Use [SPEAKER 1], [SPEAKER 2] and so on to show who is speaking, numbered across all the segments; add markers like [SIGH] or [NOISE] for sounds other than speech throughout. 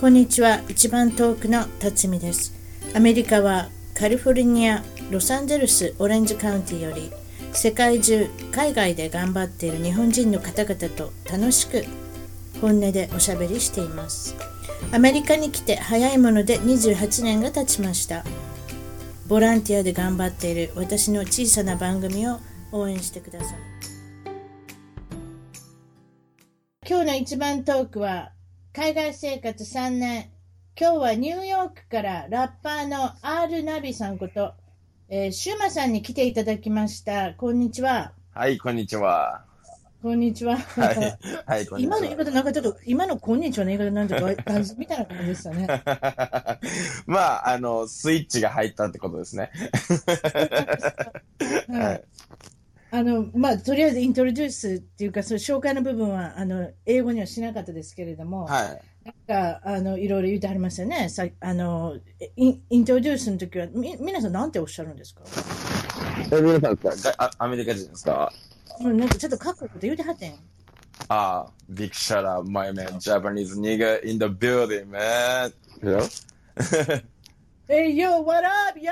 [SPEAKER 1] こんにちは一番遠くの辰巳ですアメリカはカリフォルニアロサンゼルスオレンジカウンティより世界中海外で頑張っている日本人の方々と楽しく本音でおしゃべりしていますアメリカに来て早いもので28年が経ちましたボランティアで頑張っている私の小さな番組を応援してください今日の一番トークは海外生活3年今日はニューヨークからラッパーの R ナビさんこと、えー、シュウマさんに来ていただきましたこんにちは
[SPEAKER 2] はい、こんにちは。
[SPEAKER 1] こんにちは、 [LAUGHS]
[SPEAKER 2] はい、はい、こんにち
[SPEAKER 1] 今
[SPEAKER 2] は。
[SPEAKER 1] の言い方なんかちょっと今のこんにちはの言い方なんとか感じみたいな感じでした
[SPEAKER 2] [LAUGHS]
[SPEAKER 1] ね
[SPEAKER 2] [LAUGHS] まあ、あの、スイッチが入ったってことですね。
[SPEAKER 1] は
[SPEAKER 2] はいい、
[SPEAKER 1] あのまあとりあえずイントロデュースっていうかその紹介の部分はあの英語にはしなかったですけれども、
[SPEAKER 2] はい。
[SPEAKER 1] なんかあのいろいろ言ってはりましたよねさあのインイントロデュースの時はみ皆さんなんておっしゃるんですか
[SPEAKER 2] え、皆さんですかがあアメリカ人ですか
[SPEAKER 1] もうなんかちょっとかっこいいこと言うてはってん。
[SPEAKER 2] ああ、ビッグシャラ、マイメン、Japanese nigga in the building, man. Hello?
[SPEAKER 1] えいよ、what up, yo!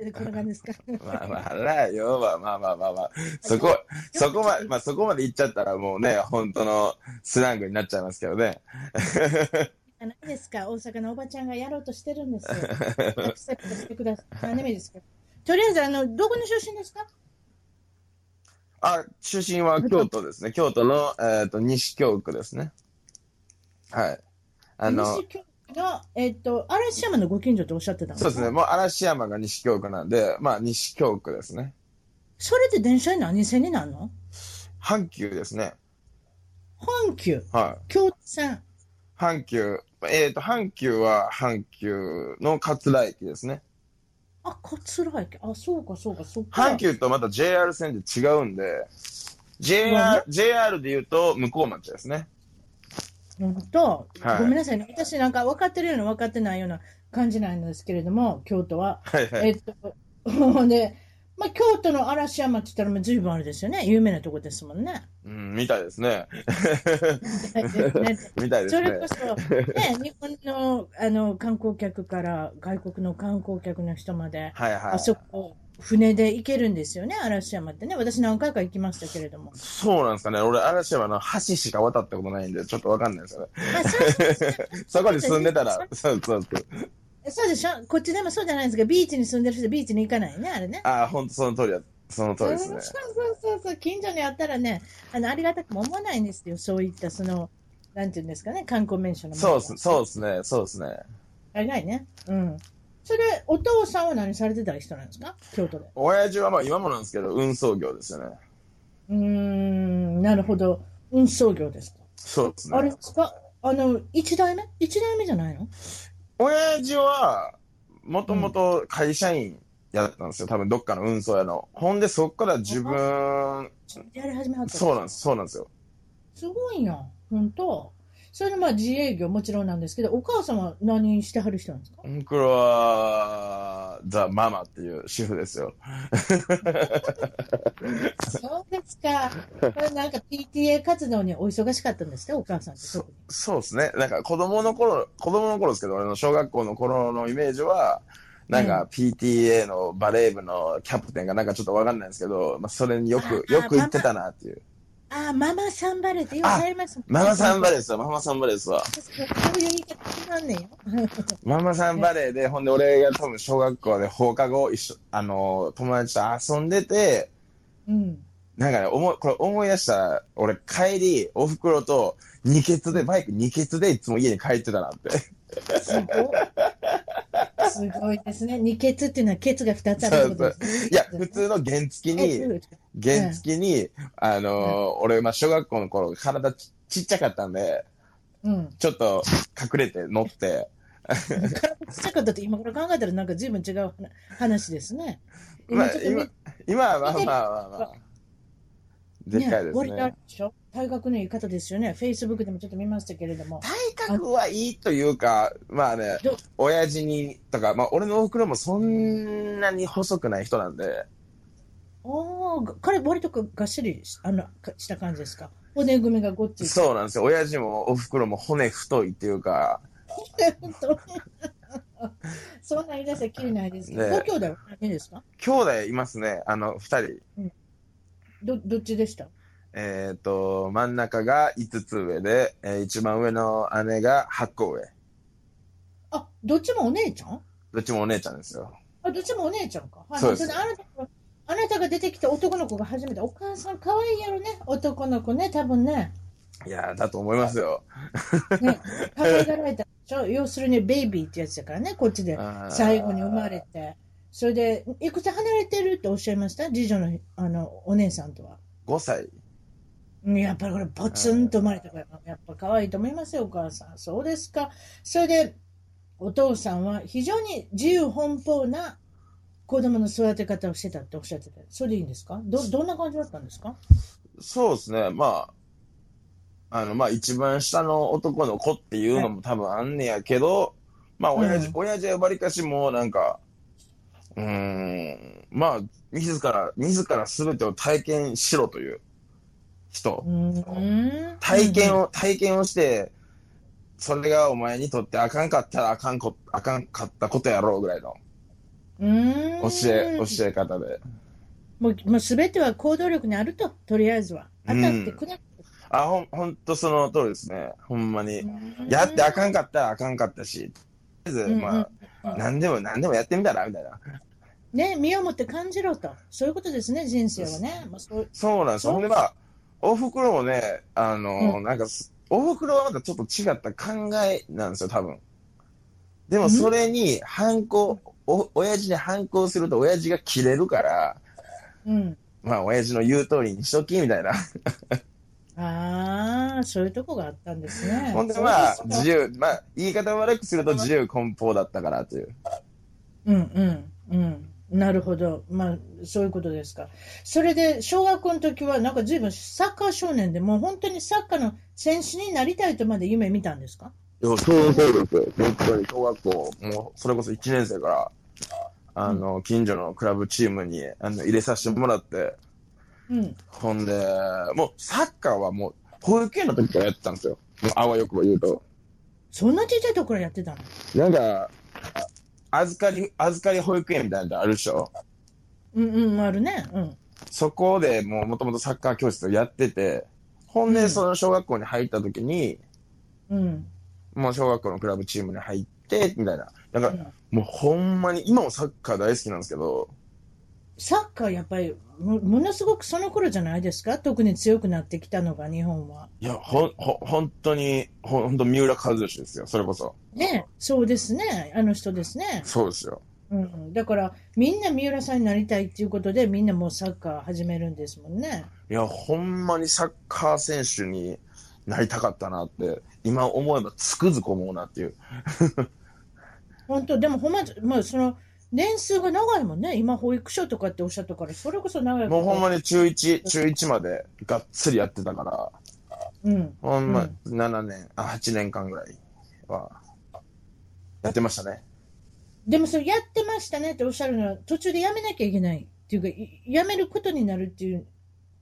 [SPEAKER 1] えこんな感じですか。
[SPEAKER 2] [LAUGHS] まあまあ、あらよ、まあまあまあまあまあ、そこ、 [LAUGHS] そこまで、まあそこまで行っちゃったらもうね、本当のスラングになっちゃいますけどね。
[SPEAKER 1] 何ですか、大阪のおばちゃんがやろうとしてるんですよ。アクセプトしてください。何でもいいですか。とりあえず、あの、どこの出身ですか
[SPEAKER 2] あ、出身は京都ですね。京都の、えっ、と、西京区ですね。はい。あの、
[SPEAKER 1] 西京区の、えっと、嵐山のご近所とおっしゃってたん
[SPEAKER 2] そうですね。。もう嵐山が西京区なんで、まあ西京区ですね。
[SPEAKER 1] それで電車に何線になるの
[SPEAKER 2] 阪急ですね。
[SPEAKER 1] 阪急、
[SPEAKER 2] は
[SPEAKER 1] 京都線。
[SPEAKER 2] い。阪急。えっ、と、阪急は阪急の桂駅ですね。
[SPEAKER 1] あ、桂駅。あ、そうか、そうか、そっか。
[SPEAKER 2] 阪急とまた JR 線で違うんで、JR, JR で言うと向こう町ですね。
[SPEAKER 1] 本当、
[SPEAKER 2] はい
[SPEAKER 1] ごめんなさいね。私なんか分かってるような分かってないような感じなんですけれども、京都は。
[SPEAKER 2] はいはい。
[SPEAKER 1] えっと、 [LAUGHS] ほんで、まあ、京都の嵐山って言ったら、まあ、随分あれですよね。有名なとこですもんね。
[SPEAKER 2] うん、みたいですね。 [LAUGHS]
[SPEAKER 1] ね
[SPEAKER 2] みたいで
[SPEAKER 1] そ
[SPEAKER 2] す
[SPEAKER 1] れ
[SPEAKER 2] ね [LAUGHS]
[SPEAKER 1] こ。そ、ね、日本のあの観光客から外国の観光客の人まで、
[SPEAKER 2] はいは
[SPEAKER 1] あそ
[SPEAKER 2] い。
[SPEAKER 1] こ、船で行けるんですよね、嵐山ってね。私何回か行きましたけれども。
[SPEAKER 2] そうなんですかね。俺、嵐山の橋しか渡ったことないんで、ちょっとわかんないですよね。 [LAUGHS]
[SPEAKER 1] まあ、そう
[SPEAKER 2] そこに住んでたら、そうそうそう。
[SPEAKER 1] そうでしょこっちでもそうじゃないですけど、ビーチに住んでる人、ビーチに行かないね、あれね。
[SPEAKER 2] ああ、ほんとその通りだ。その通りですね。
[SPEAKER 1] そうそうそうそう、近所にあったらね、あのありがたくも思わないんですよ、そういったその、なんていうんですかね、観光名所のもの
[SPEAKER 2] そう
[SPEAKER 1] が
[SPEAKER 2] っす、そうですね、そうですね。
[SPEAKER 1] あれないね。うん。それ、お父さんは何されてた人なんですか、京都で。
[SPEAKER 2] 親父はまあ今もなんですけど、運送業ですよね。
[SPEAKER 1] うーん、なるほど、運送業ですか。
[SPEAKER 2] そうです
[SPEAKER 1] あれ
[SPEAKER 2] ね
[SPEAKER 1] で。すか、あの、一代目一代目じゃないの
[SPEAKER 2] 親父は、もともと会社員やったんですよ。多分どっかの運送屋の。ほんでそっから自分、
[SPEAKER 1] 自分でやり始めはった
[SPEAKER 2] そうなんです、そうなんですよ。
[SPEAKER 1] すごいな、本当それでまあ自営業もちろんなんですけど、お母様は何してはる人なんですか
[SPEAKER 2] オンクロは、ザ・ママっていう主婦ですよ。
[SPEAKER 1] そうですか。これなんか PTA 活動にお忙しかったんですね、お母さんって特に。
[SPEAKER 2] そうですね。なんか子供の頃、子供の頃ですけど、俺の小学校の頃のイメージは、なん
[SPEAKER 1] う
[SPEAKER 2] か PTA のバレー部のキャプテンがなんかちょっとわかんないんですけど、まあそれによく、
[SPEAKER 1] あー
[SPEAKER 2] よく行ってたなっていう。
[SPEAKER 1] ああ、ママさんバレーって言わされますもん
[SPEAKER 2] ママさんバ
[SPEAKER 1] レ
[SPEAKER 2] レーですわ、ママさんバレーですわ。
[SPEAKER 1] ー。そういう言い方になんねんよ。
[SPEAKER 2] ママさんバレーで、ほんで俺が多分小学校で放課後一緒、あの、友達と遊んでて、
[SPEAKER 1] うん。
[SPEAKER 2] なんかね、思い、これ思い出した、俺帰り、お袋と二ケツで、バイク二ケツでいつも家に帰ってたなって。
[SPEAKER 1] すごい。すごいですね。二ケツっていうのはケツが二つあるってことですね。
[SPEAKER 2] いや、普通の原付に、原付に、あのー俺、まあ、小学校の頃、体ちちっちゃかったんで、
[SPEAKER 1] うん。
[SPEAKER 2] ちょっと隠れて乗って、
[SPEAKER 1] ちっちゃかったって今から考えたらなんか随分違う話ですね。
[SPEAKER 2] まあ
[SPEAKER 1] ちょっ、と見
[SPEAKER 2] 今、今はまあまあまあまあ、でっかいです
[SPEAKER 1] 割とあ
[SPEAKER 2] ね
[SPEAKER 1] る。でしょ体格のいい方ですよね。フェイスブックでもちょっと見ましたけれども。
[SPEAKER 2] 体格はいいというか、まあね
[SPEAKER 1] ど、
[SPEAKER 2] 親父に、とか、まあ、俺のおふくろもそんなに細くない人なんで、
[SPEAKER 1] おー、彼割とがっしりしあのかした感じですか。骨組みがごっつい。
[SPEAKER 2] そうなんですよ。親父もおふくろも骨太いっていうか、
[SPEAKER 1] [LAUGHS] そんな言い出したらきりないですけど、
[SPEAKER 2] ね
[SPEAKER 1] ご兄弟は何ですか
[SPEAKER 2] 兄弟いますね。あの、二人。
[SPEAKER 1] どどっちでした
[SPEAKER 2] えっ、と、真ん中が5つ上で、えー一番上の姉が8個上。
[SPEAKER 1] あどっちもお姉ちゃん
[SPEAKER 2] どっちもお姉ちゃんですよ。
[SPEAKER 1] あどっちもお姉ちゃんか。はい、
[SPEAKER 2] そうです
[SPEAKER 1] れあなたがあなたが出てきた男の子が初めて、お母さん可愛いやろね、男の子ね、多分ね。
[SPEAKER 2] いやー、だと思いますよ。 [LAUGHS]
[SPEAKER 1] ね可愛がられたでしょ。要するにベイビーってやつだからね、こっちで
[SPEAKER 2] あー
[SPEAKER 1] 最後に生まれて。それで、いくつ離れてるっておっしゃいました次女のあのお姉さんとは。
[SPEAKER 2] 5歳。
[SPEAKER 1] うんやっぱりこれ、ポツンと生まれたから、やっぱ可愛いと思いますよ、お母さん。そうですか。それで、お父さんは非常に自由奔放な子供の育て方をしてたっておっしゃってて、それでいいんですかど、どんな感じだったんですか
[SPEAKER 2] そうですね。まあ、あの、まあ、一番下の男の子っていうのも多分あんねやけど、まあ、親父、
[SPEAKER 1] うん
[SPEAKER 2] 親父はわりかしもうなんか、うーん、まあ、自ら、自ら全てを体験しろという人。
[SPEAKER 1] うーん。
[SPEAKER 2] 体験
[SPEAKER 1] を。
[SPEAKER 2] を、体験をして、それがお前にとってあかんかったらあかんこ、あかんかったことやろうぐらいの
[SPEAKER 1] うーん。
[SPEAKER 2] 教え、教え方で。
[SPEAKER 1] もう、もう全ては行動力にあると、とりあえずは。当たってくれ。
[SPEAKER 2] あ、ほん、ほんとその通りですね。ほんまに。やってあかんかったらあかんかったし、とりあえず、
[SPEAKER 1] うん
[SPEAKER 2] ま
[SPEAKER 1] うん
[SPEAKER 2] あ、何でも何でもやってみたら、みたいな。
[SPEAKER 1] ね、身をもって感じろと。そういうことですね、人生はね。まあ、そう
[SPEAKER 2] そうなんです
[SPEAKER 1] そ
[SPEAKER 2] よ。ほ
[SPEAKER 1] うん
[SPEAKER 2] でまあ、お袋もね、あの、
[SPEAKER 1] う
[SPEAKER 2] なんかす、お袋はまたちょっと違った考えなんですよ、多分。で
[SPEAKER 1] ん
[SPEAKER 2] もそれに反抗、お、親父に反抗すると親父が切れるから、
[SPEAKER 1] うん。
[SPEAKER 2] まあ、親父の言う通りにしとき、みたいな。
[SPEAKER 1] ああ、そういうとこがあったんですね。
[SPEAKER 2] ほんで、まあ、
[SPEAKER 1] そうです
[SPEAKER 2] 自
[SPEAKER 1] か
[SPEAKER 2] 由、まあ、言い方悪くすると自由奔放だったからという。
[SPEAKER 1] うんうんうん。なるほど。まあ、そういうことですか。それで、小学校の時は、なんか随分サッカー少年で、もう本当にサッカーの選手になりたいとまで夢見たんですか
[SPEAKER 2] いや、そうそうですよ。本当に、小学校、もう、それこそ1年生から、あの、近所のクラブチームに、あの、入れさせてもらって、
[SPEAKER 1] うん。
[SPEAKER 2] ほんで、もう、サッカーはもう、保育園の時からやってたんですよ。もうあわよくば言うと。
[SPEAKER 1] そんなちっちゃいところやってたの
[SPEAKER 2] なんか、あ預かり、預かり保育園みたいなのってあるでしょ。
[SPEAKER 1] うんうん、あるね。うん。
[SPEAKER 2] そこでもう、もともとサッカー教室をやってて、ほん
[SPEAKER 1] う
[SPEAKER 2] で、
[SPEAKER 1] ん
[SPEAKER 2] その小学校に入った時に、
[SPEAKER 1] うん。
[SPEAKER 2] もう小学校のクラブチームに入って、みたいな。だ
[SPEAKER 1] う
[SPEAKER 2] から、
[SPEAKER 1] ん
[SPEAKER 2] もうほんまに、今もサッカー大好きなんですけど、
[SPEAKER 1] サッカーやっぱりも、ものすごくその頃じゃないですか特に強くなってきたのが、日本は。
[SPEAKER 2] いや、ほん、ほ、本当に、ほ、ほんと三浦和義ですよ、それこそ。
[SPEAKER 1] ねそうですね。あの人ですね。
[SPEAKER 2] そうですよ。
[SPEAKER 1] うん、だからみんな三浦さんになりたいっていうことでみんなもうサッカー始めるんですもんね。
[SPEAKER 2] いや、ほんまにサッカー選手になりたかったなって、今思えばつくづく思うなっていう。
[SPEAKER 1] 本当でもほんま、まあ、その年数が長いもんね今保育所とかっておっしゃったからそれこそ長い
[SPEAKER 2] もうほんま
[SPEAKER 1] に、
[SPEAKER 2] に中1、中1までがっつりやってたから、
[SPEAKER 1] うん、
[SPEAKER 2] ほん
[SPEAKER 1] う
[SPEAKER 2] ま
[SPEAKER 1] ん
[SPEAKER 2] 7年、あ、8年間ぐらいは、やってましたね。
[SPEAKER 1] でもそれやってましたねっておっしゃるのは途中でやめなきゃいけないっていうかいやめることになるっていう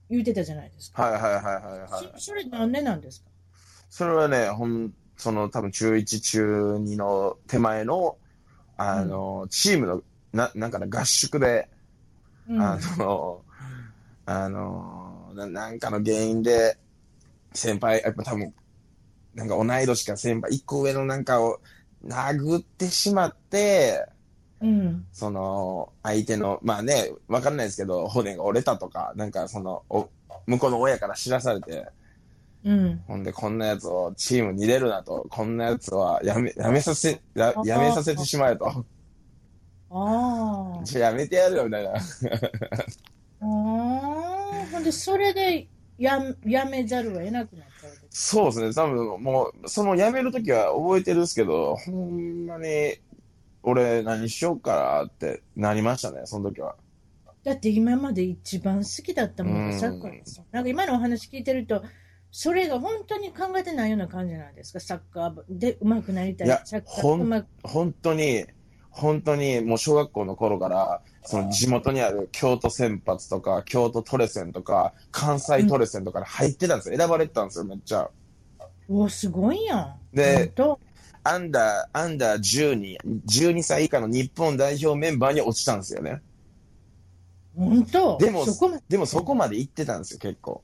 [SPEAKER 1] 言うてたじゃないですか、
[SPEAKER 2] はいはいはいはいはい。
[SPEAKER 1] そそれなんでなんですか
[SPEAKER 2] それはね、ほん、その多分中1、中2の手前の、あの、チームの、な、なんかね、合宿で、
[SPEAKER 1] うん
[SPEAKER 2] あの、あの、ななんかの原因で、先輩、やっぱ多分、なんか同い年か先輩、一個上のなんかを殴ってしまって、
[SPEAKER 1] うん
[SPEAKER 2] その、相手の、まあね、わかんないですけど、骨が折れたとか、なんかその、お、向こうの親から知らされて、
[SPEAKER 1] うん
[SPEAKER 2] ほんで、こんなやつをチームに入れるなと、こんなやつはやめ、やめさせ、ややめさせてしまえと。
[SPEAKER 1] ああ
[SPEAKER 2] じゃあやめてやるよ、みたいな。
[SPEAKER 1] あーほんでそれでややめざるを得なくなったわけです
[SPEAKER 2] そうですね、多分もう、その辞めるときは覚えてるんですけど、ほんまに、俺何しようかなってなりましたね、その時は。
[SPEAKER 1] だって今まで一番好きだったものが
[SPEAKER 2] うん
[SPEAKER 1] サッカーですよ。なんか今のお話聞いてると、それが本当に考えてないような感じなんですか、サッカーでうまくなりたい、
[SPEAKER 2] いや
[SPEAKER 1] サッカ
[SPEAKER 2] ほ
[SPEAKER 1] ー
[SPEAKER 2] ん
[SPEAKER 1] うまく、
[SPEAKER 2] 本当に、本当にもう小学校の頃から、その地元にある京都先発とか、京都トレセンとか、関西トレセンとかに入ってたんですよ。選ばれてたんですよ、めっちゃ。
[SPEAKER 1] おすごいやん。
[SPEAKER 2] で
[SPEAKER 1] 本当
[SPEAKER 2] アンダー、アンダー10に、12歳以下の日本代表メンバーに落ちたんですよね。
[SPEAKER 1] 本当
[SPEAKER 2] でも
[SPEAKER 1] そこまで。
[SPEAKER 2] でもそこまで行ってたんですよ、結構。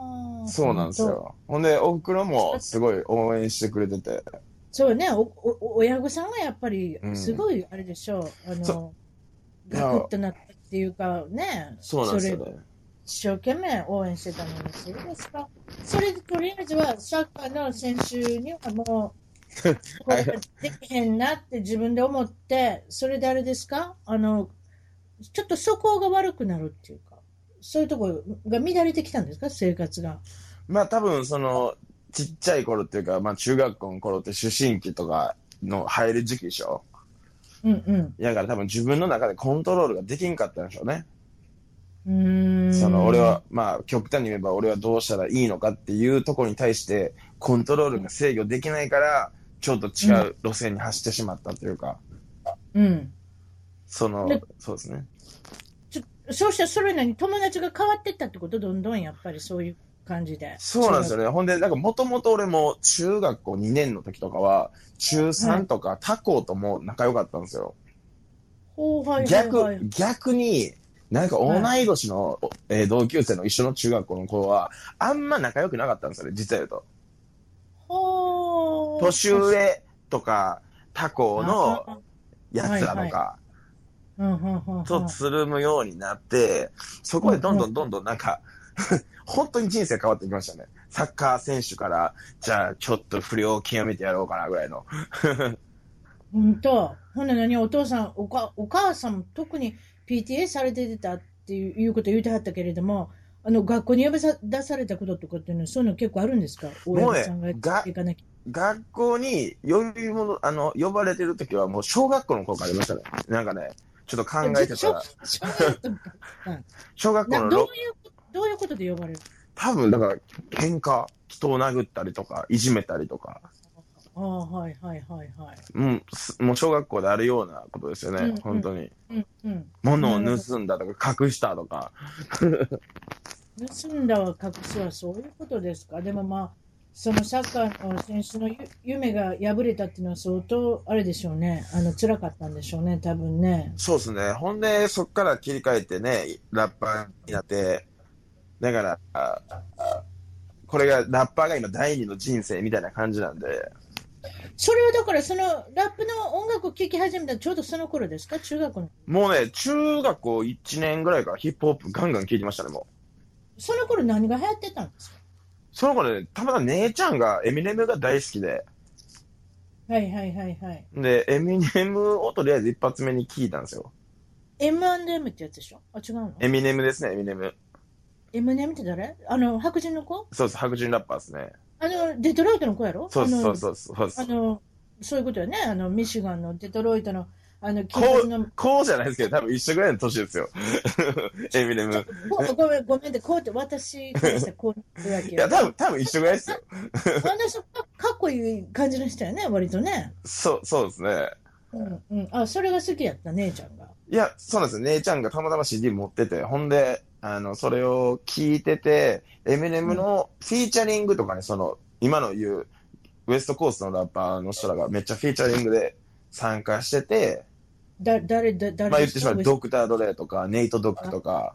[SPEAKER 1] あー
[SPEAKER 2] そうなんです。
[SPEAKER 1] 本当
[SPEAKER 2] よ。ほんで、おふくろもすごい応援してくれてて。
[SPEAKER 1] そうね、おお親御さんはやっぱり
[SPEAKER 2] う、ん
[SPEAKER 1] すごいあれでしょう、あの
[SPEAKER 2] そ、
[SPEAKER 1] ガクッとなったっていうか、ね、
[SPEAKER 2] そうなんですよ
[SPEAKER 1] れ
[SPEAKER 2] ね。
[SPEAKER 1] 一生懸命応援してたのに、それですか。それでとりあえずは、サッカーの選手には
[SPEAKER 2] [LAUGHS]
[SPEAKER 1] もう、こ
[SPEAKER 2] は
[SPEAKER 1] れ
[SPEAKER 2] い
[SPEAKER 1] ができへんなって自分で思って、それであれですか、あの、ちょっと素行が悪くなるっていうか、そういうところが乱れてきたんですか、生活が。
[SPEAKER 2] まあ多分そのちっちゃい頃っていうか、まあ、中学校の頃って思春期とかの入る時期でしょ
[SPEAKER 1] うん
[SPEAKER 2] だから多分自分の中でコントロールができんかったんでしょうね、
[SPEAKER 1] うん。うーん
[SPEAKER 2] その俺はまあ極端に言えば俺はどうしたらいいのかっていうところに対してコントロールが制御できないからちょっと違う路線に走ってしまったというか、
[SPEAKER 1] うん。
[SPEAKER 2] その
[SPEAKER 1] で
[SPEAKER 2] そうですね
[SPEAKER 1] ちょそうしたらそれなのに友達が変わってったってことどんどんやっぱりそういう感じで。
[SPEAKER 2] そうなんですよねほんでなんかもともと俺も中学校2年の時とかは中3とか他校とも仲良かったんですよ、
[SPEAKER 1] ほうはいはいはい
[SPEAKER 2] 逆、逆に、なんか同い年の、えー同級生の一緒の中学校の子は、あんま仲良くなかったんですよね、実は言うと。
[SPEAKER 1] ほう
[SPEAKER 2] 年上とか、他校の
[SPEAKER 1] あ
[SPEAKER 2] やつら
[SPEAKER 1] は
[SPEAKER 2] と
[SPEAKER 1] いは
[SPEAKER 2] か
[SPEAKER 1] うんうんうんうん
[SPEAKER 2] とつるむようになって、そこでどんどんどんどんなんか、 [LAUGHS] 本当に人生変わってきましたね。サッカー選手から、じゃあちょっと不良を極めてやろうかなぐらいの。
[SPEAKER 1] 本当ほんなのにお父さんおかお母さんも特に PTA されてたっていういうこと言うてはったけれどもあの学校に呼び出されたこととかっていうのはそういうの結構あるんですか
[SPEAKER 2] うね
[SPEAKER 1] 親御さんがやっていかなきゃ
[SPEAKER 2] 学校に呼び戻、あの、呼ばれてる時はもう小学校の頃からありましたね。なんかね、ちょっと考えてた
[SPEAKER 1] 小
[SPEAKER 2] ら。
[SPEAKER 1] 学校の時
[SPEAKER 2] 小学校
[SPEAKER 1] な
[SPEAKER 2] の
[SPEAKER 1] どう
[SPEAKER 2] ろ
[SPEAKER 1] いうどういうことで呼ばれる
[SPEAKER 2] 多分だから喧嘩人を殴ったりとかいじめたりとか、
[SPEAKER 1] ああはいはいはいはい
[SPEAKER 2] うん、すもう小学校であるようなことですよね、
[SPEAKER 1] うんうん
[SPEAKER 2] 本当に
[SPEAKER 1] うんうん
[SPEAKER 2] 物を盗んだとか隠したとか
[SPEAKER 1] 盗んだは隠すはそういうことですか、でもまあ、そのサッカーの選手のゆ夢が破れたっていうのは相当、あれでしょうね、あの辛かったんでしょうね、多分ね。
[SPEAKER 2] そうですねほんでそっから切り替えてねラッパーになってだからああこれがラッパーが今第二の人生みたいな感じなんで
[SPEAKER 1] それはだから、そのラップの音楽を聴き始めたのちょうどその頃ですか、中学の。
[SPEAKER 2] もうね中学校1年ぐらいからヒップホップガンガン聴いてましたねもう
[SPEAKER 1] その頃何が流行ってたんですか
[SPEAKER 2] その頃ねたまたま姉ちゃんがエミネムが大好きで
[SPEAKER 1] はいはいはいはい。
[SPEAKER 2] で、エミネムをとりあえず一発目に聞いたんですよ。
[SPEAKER 1] M&M ってやつでしょあ、違うの
[SPEAKER 2] エミネムですね、エミネム。
[SPEAKER 1] ?M&M って誰あの、白人の子
[SPEAKER 2] そうです、白人ラッパーですね。
[SPEAKER 1] あの、デトロイトの子やろ
[SPEAKER 2] そうです、
[SPEAKER 1] あ
[SPEAKER 2] そ
[SPEAKER 1] の
[SPEAKER 2] うです、そうです。
[SPEAKER 1] あの、そういうことよね。あの、ミシガンのデトロイトの、あの、金
[SPEAKER 2] こ
[SPEAKER 1] 髪の
[SPEAKER 2] う、こうじゃないですけど、多分一緒ぐらいの年ですよ。 [LAUGHS] エミネム。
[SPEAKER 1] こうごめん、ごめんって、こうって、私からしたらこう言うわけ
[SPEAKER 2] い
[SPEAKER 1] よ。
[SPEAKER 2] や、多分、多分一緒ぐらいですよ。
[SPEAKER 1] あの人かかっこいい感じの人やね、割とね。
[SPEAKER 2] そう、そうですね。
[SPEAKER 1] うんうん。あ、それが好きやった、姉ちゃんが。
[SPEAKER 2] いや、そうなんですよ。姉ちゃんがたまたま CD 持ってて、ほんで、あの、それを聞いてて、エミネムのフィーチャリングとかね、その、今の言う、ウエストコースのラッパーの人らがめっちゃフィーチャリングで参加してて、
[SPEAKER 1] だ、誰、だ、誰
[SPEAKER 2] まあ言ってしまうドクター・ドレイとか、ネイト・ドックとか、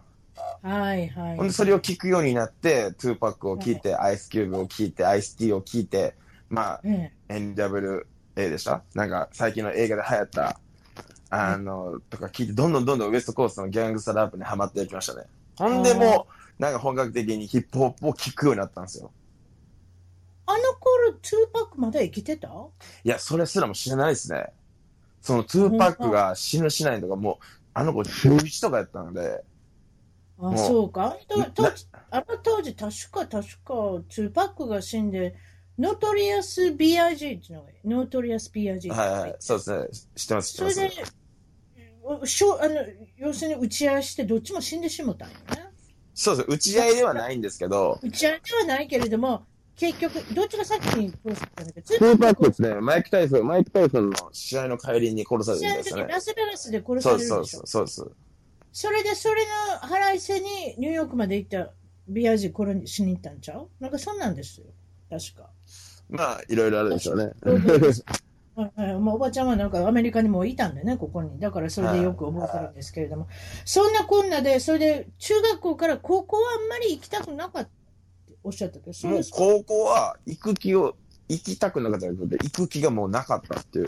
[SPEAKER 1] はいはい
[SPEAKER 2] ほん。でそれを聞くようになって、トゥーパックを聞いて、アイスキューブを聞いて、アイスティーを聞いて、まあ、
[SPEAKER 1] え
[SPEAKER 2] NWA でしたなんか最近の映画で流行った、あの、とか聞いて、どんどんどんどんウエストコースのギャングスタラップにハマっていきましたね。ほんでもう、なんか本格的にヒップホップを聞くようになったんですよ。
[SPEAKER 1] あの頃、ツーパックまだ生きてた
[SPEAKER 2] いや、それすらも知らないですね。そのトゥーパックが死ぬしないとか、もう、あの子中1とかやったので、
[SPEAKER 1] あ、
[SPEAKER 2] う
[SPEAKER 1] そうか。あの
[SPEAKER 2] な
[SPEAKER 1] 当時、あの当時確か、確か、ツーパックが死んで、ノートリアス BIG っていうのが、ノートリアス BIG。
[SPEAKER 2] はいはい、そうですね。知ってます、知って
[SPEAKER 1] そ
[SPEAKER 2] ま
[SPEAKER 1] れ
[SPEAKER 2] す。
[SPEAKER 1] で、しょあの要するに打ち合いして、どっちも死んでしもたんよね。
[SPEAKER 2] そうです打ち合いではないんですけど、
[SPEAKER 1] 打ち合いではないけれども、結局、どっちが先に殺したんだけど、ずっ
[SPEAKER 2] スーパー
[SPEAKER 1] と
[SPEAKER 2] クですね、マイク・タイソン、マイク・タイソンの試合の帰りに殺され
[SPEAKER 1] 試
[SPEAKER 2] る
[SPEAKER 1] 合
[SPEAKER 2] ん
[SPEAKER 1] の
[SPEAKER 2] です
[SPEAKER 1] 時
[SPEAKER 2] よね。
[SPEAKER 1] ラスベガスで殺さ
[SPEAKER 2] そう
[SPEAKER 1] れ
[SPEAKER 2] で
[SPEAKER 1] るんで
[SPEAKER 2] す、そうで
[SPEAKER 1] し
[SPEAKER 2] す
[SPEAKER 1] ょ。、
[SPEAKER 2] そうです。
[SPEAKER 1] それで、それの腹いせにニューヨークまで行ったビアジー殺しに行ったんちゃうなんかそんなんですよ、確か。
[SPEAKER 2] まあ、いろいろあるんでしょうね。
[SPEAKER 1] はいはいまあ、おばちゃんはなんかアメリカにもいたんでね、ここに。だからそれでよく覚えてるんですけれども。そんなこんなで、それで中学校から高校はあんまり行きたくなかったっておっしゃったけど、そう
[SPEAKER 2] [LAUGHS] もう
[SPEAKER 1] ですか
[SPEAKER 2] 高校は行く気を、行きたくなかったので、行く気がもうなかったっていう。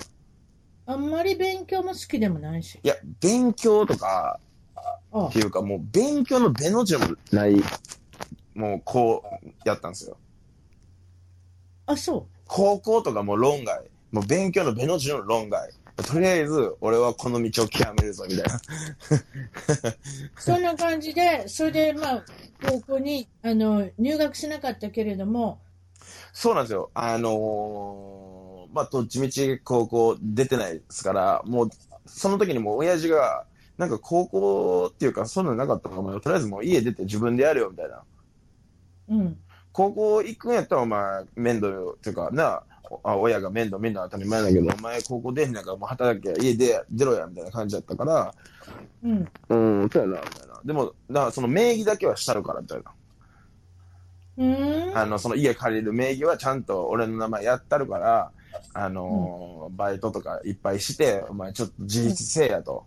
[SPEAKER 1] あんまり勉強も好きでもないし。
[SPEAKER 2] いや、勉強とか、
[SPEAKER 1] ああ
[SPEAKER 2] っていうかもう勉強のべの字もない、もうこう、やったんですよ。
[SPEAKER 1] あ、そ
[SPEAKER 2] 高校とかもう論外。もう勉強のべの字の論外。とりあえず、俺はこの道を極めるぞ、みたいな。
[SPEAKER 1] う。そんな感じで、それでまあ、高校にあの入学しなかったけれども、
[SPEAKER 2] そうなんですよ。あのーまあ、どっちみち高校出てないですから、もう、その時にもう親父が、なんか高校っていうか、そんなのなかったから、お前とりあえずもう家出て自分でやるよ、みたいな。
[SPEAKER 1] うん。
[SPEAKER 2] 高校行くんやったら、お前、面倒よ、っていうか、なあ、あ親が面倒見るのは当たり前だけど、お前高校出へんやから、もう働けや、家出や、出ろや、みたいな感じだったから、
[SPEAKER 1] うん。
[SPEAKER 2] うん、そうやな、みたいな。でも、なその名義だけはしたるから、みたいな。
[SPEAKER 1] うーん。
[SPEAKER 2] あの、その家借りる名義はちゃんと俺の名前やったるから、あのーバイトとかいっぱいして、お前ちょっと自立せえやと。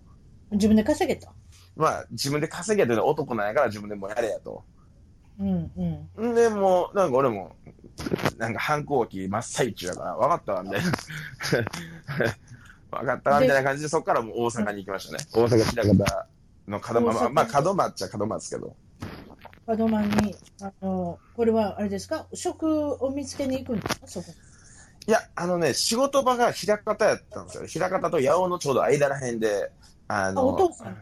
[SPEAKER 1] 自分で稼げた。
[SPEAKER 2] まあ、自分で稼げてる男なんやから自分でもやれやと。
[SPEAKER 1] うんうん。
[SPEAKER 2] んで、もう、なんか俺も、なんか反抗期真っ最中やから、わかったわ、みたいな。 [LAUGHS] わかったわ、みたいな感じで、そっからもう大阪に行きましたね。大阪平方の門
[SPEAKER 1] 大
[SPEAKER 2] 間、まあ
[SPEAKER 1] 阪
[SPEAKER 2] まあ、門間っちゃ門間ですけど。
[SPEAKER 1] パドマンに、あの、これはあれですか、職を見つけに行くんですか、そこ。
[SPEAKER 2] いや、あのね、仕事場が平方やったんですよ。平方と八尾のちょうど間らへんで、あ
[SPEAKER 1] あ、
[SPEAKER 2] の、
[SPEAKER 1] お父さん。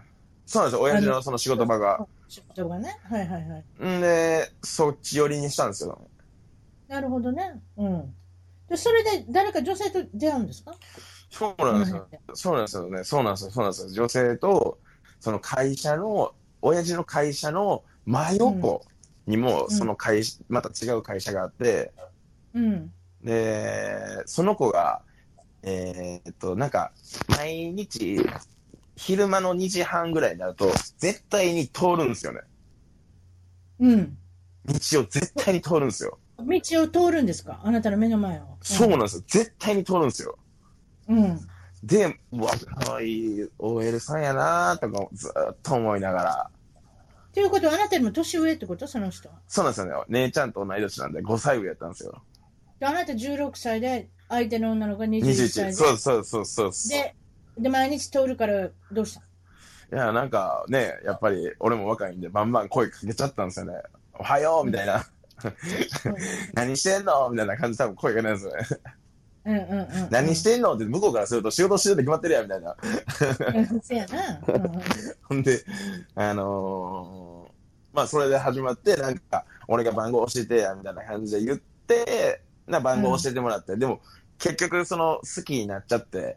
[SPEAKER 2] そうなんですよ、親父のその仕事場が。
[SPEAKER 1] 仕事がね。はいはいはい。
[SPEAKER 2] んで、そっち寄りにしたんですよ。
[SPEAKER 1] なるほどね。うん。で、それで誰か女性と出会うんですか
[SPEAKER 2] そうなんですよ。そうなんですよね。そうなんですよ。そうなんですよ。女性と、その会社の、親父の会社の真横にも、
[SPEAKER 1] ん
[SPEAKER 2] その会、また違う会社があって、
[SPEAKER 1] うん。
[SPEAKER 2] で、その子が、えーっと、なんか、毎日、昼間の2時半ぐらいになると、絶対に通るんですよね。
[SPEAKER 1] うん。
[SPEAKER 2] 道を絶対に通るんですよ。
[SPEAKER 1] 道を通るんですかあなたの目の前を。
[SPEAKER 2] そうなんですよ。絶対に通るんですよ。
[SPEAKER 1] うん。うん。
[SPEAKER 2] で、うわ、かわいい OL さんやなとか、ずーっと思いながら。
[SPEAKER 1] ということは、あなたよりも年上ってことその人は。
[SPEAKER 2] そうなんですよね。姉ちゃんと同い年なんで、5歳上やったんですよ。
[SPEAKER 1] で、あなた16歳で、相手の女の子が21
[SPEAKER 2] 21。
[SPEAKER 1] 歳
[SPEAKER 2] そ
[SPEAKER 1] で。
[SPEAKER 2] うそうそうそう。い
[SPEAKER 1] で、で、毎日通るから、ど
[SPEAKER 2] [LAUGHS]
[SPEAKER 1] うした
[SPEAKER 2] や、なんかね、やっぱり、俺も若いんで、バンバン声かけちゃったんですよね。おはようみたいな。何してんのみたいな感じで多分声がないですよね。
[SPEAKER 1] うんうんうんうん。
[SPEAKER 2] 何してんのって向こうからすると仕事してるって決まってるやん、みたいな。 [LAUGHS]
[SPEAKER 1] うんせやな。うんうん
[SPEAKER 2] ほんで、あのーまあ、それで始まって、なんか、俺が番号教えてや、みたいな感じで言って、な、番号教えてもらって、でも、結局、その、好きになっちゃって、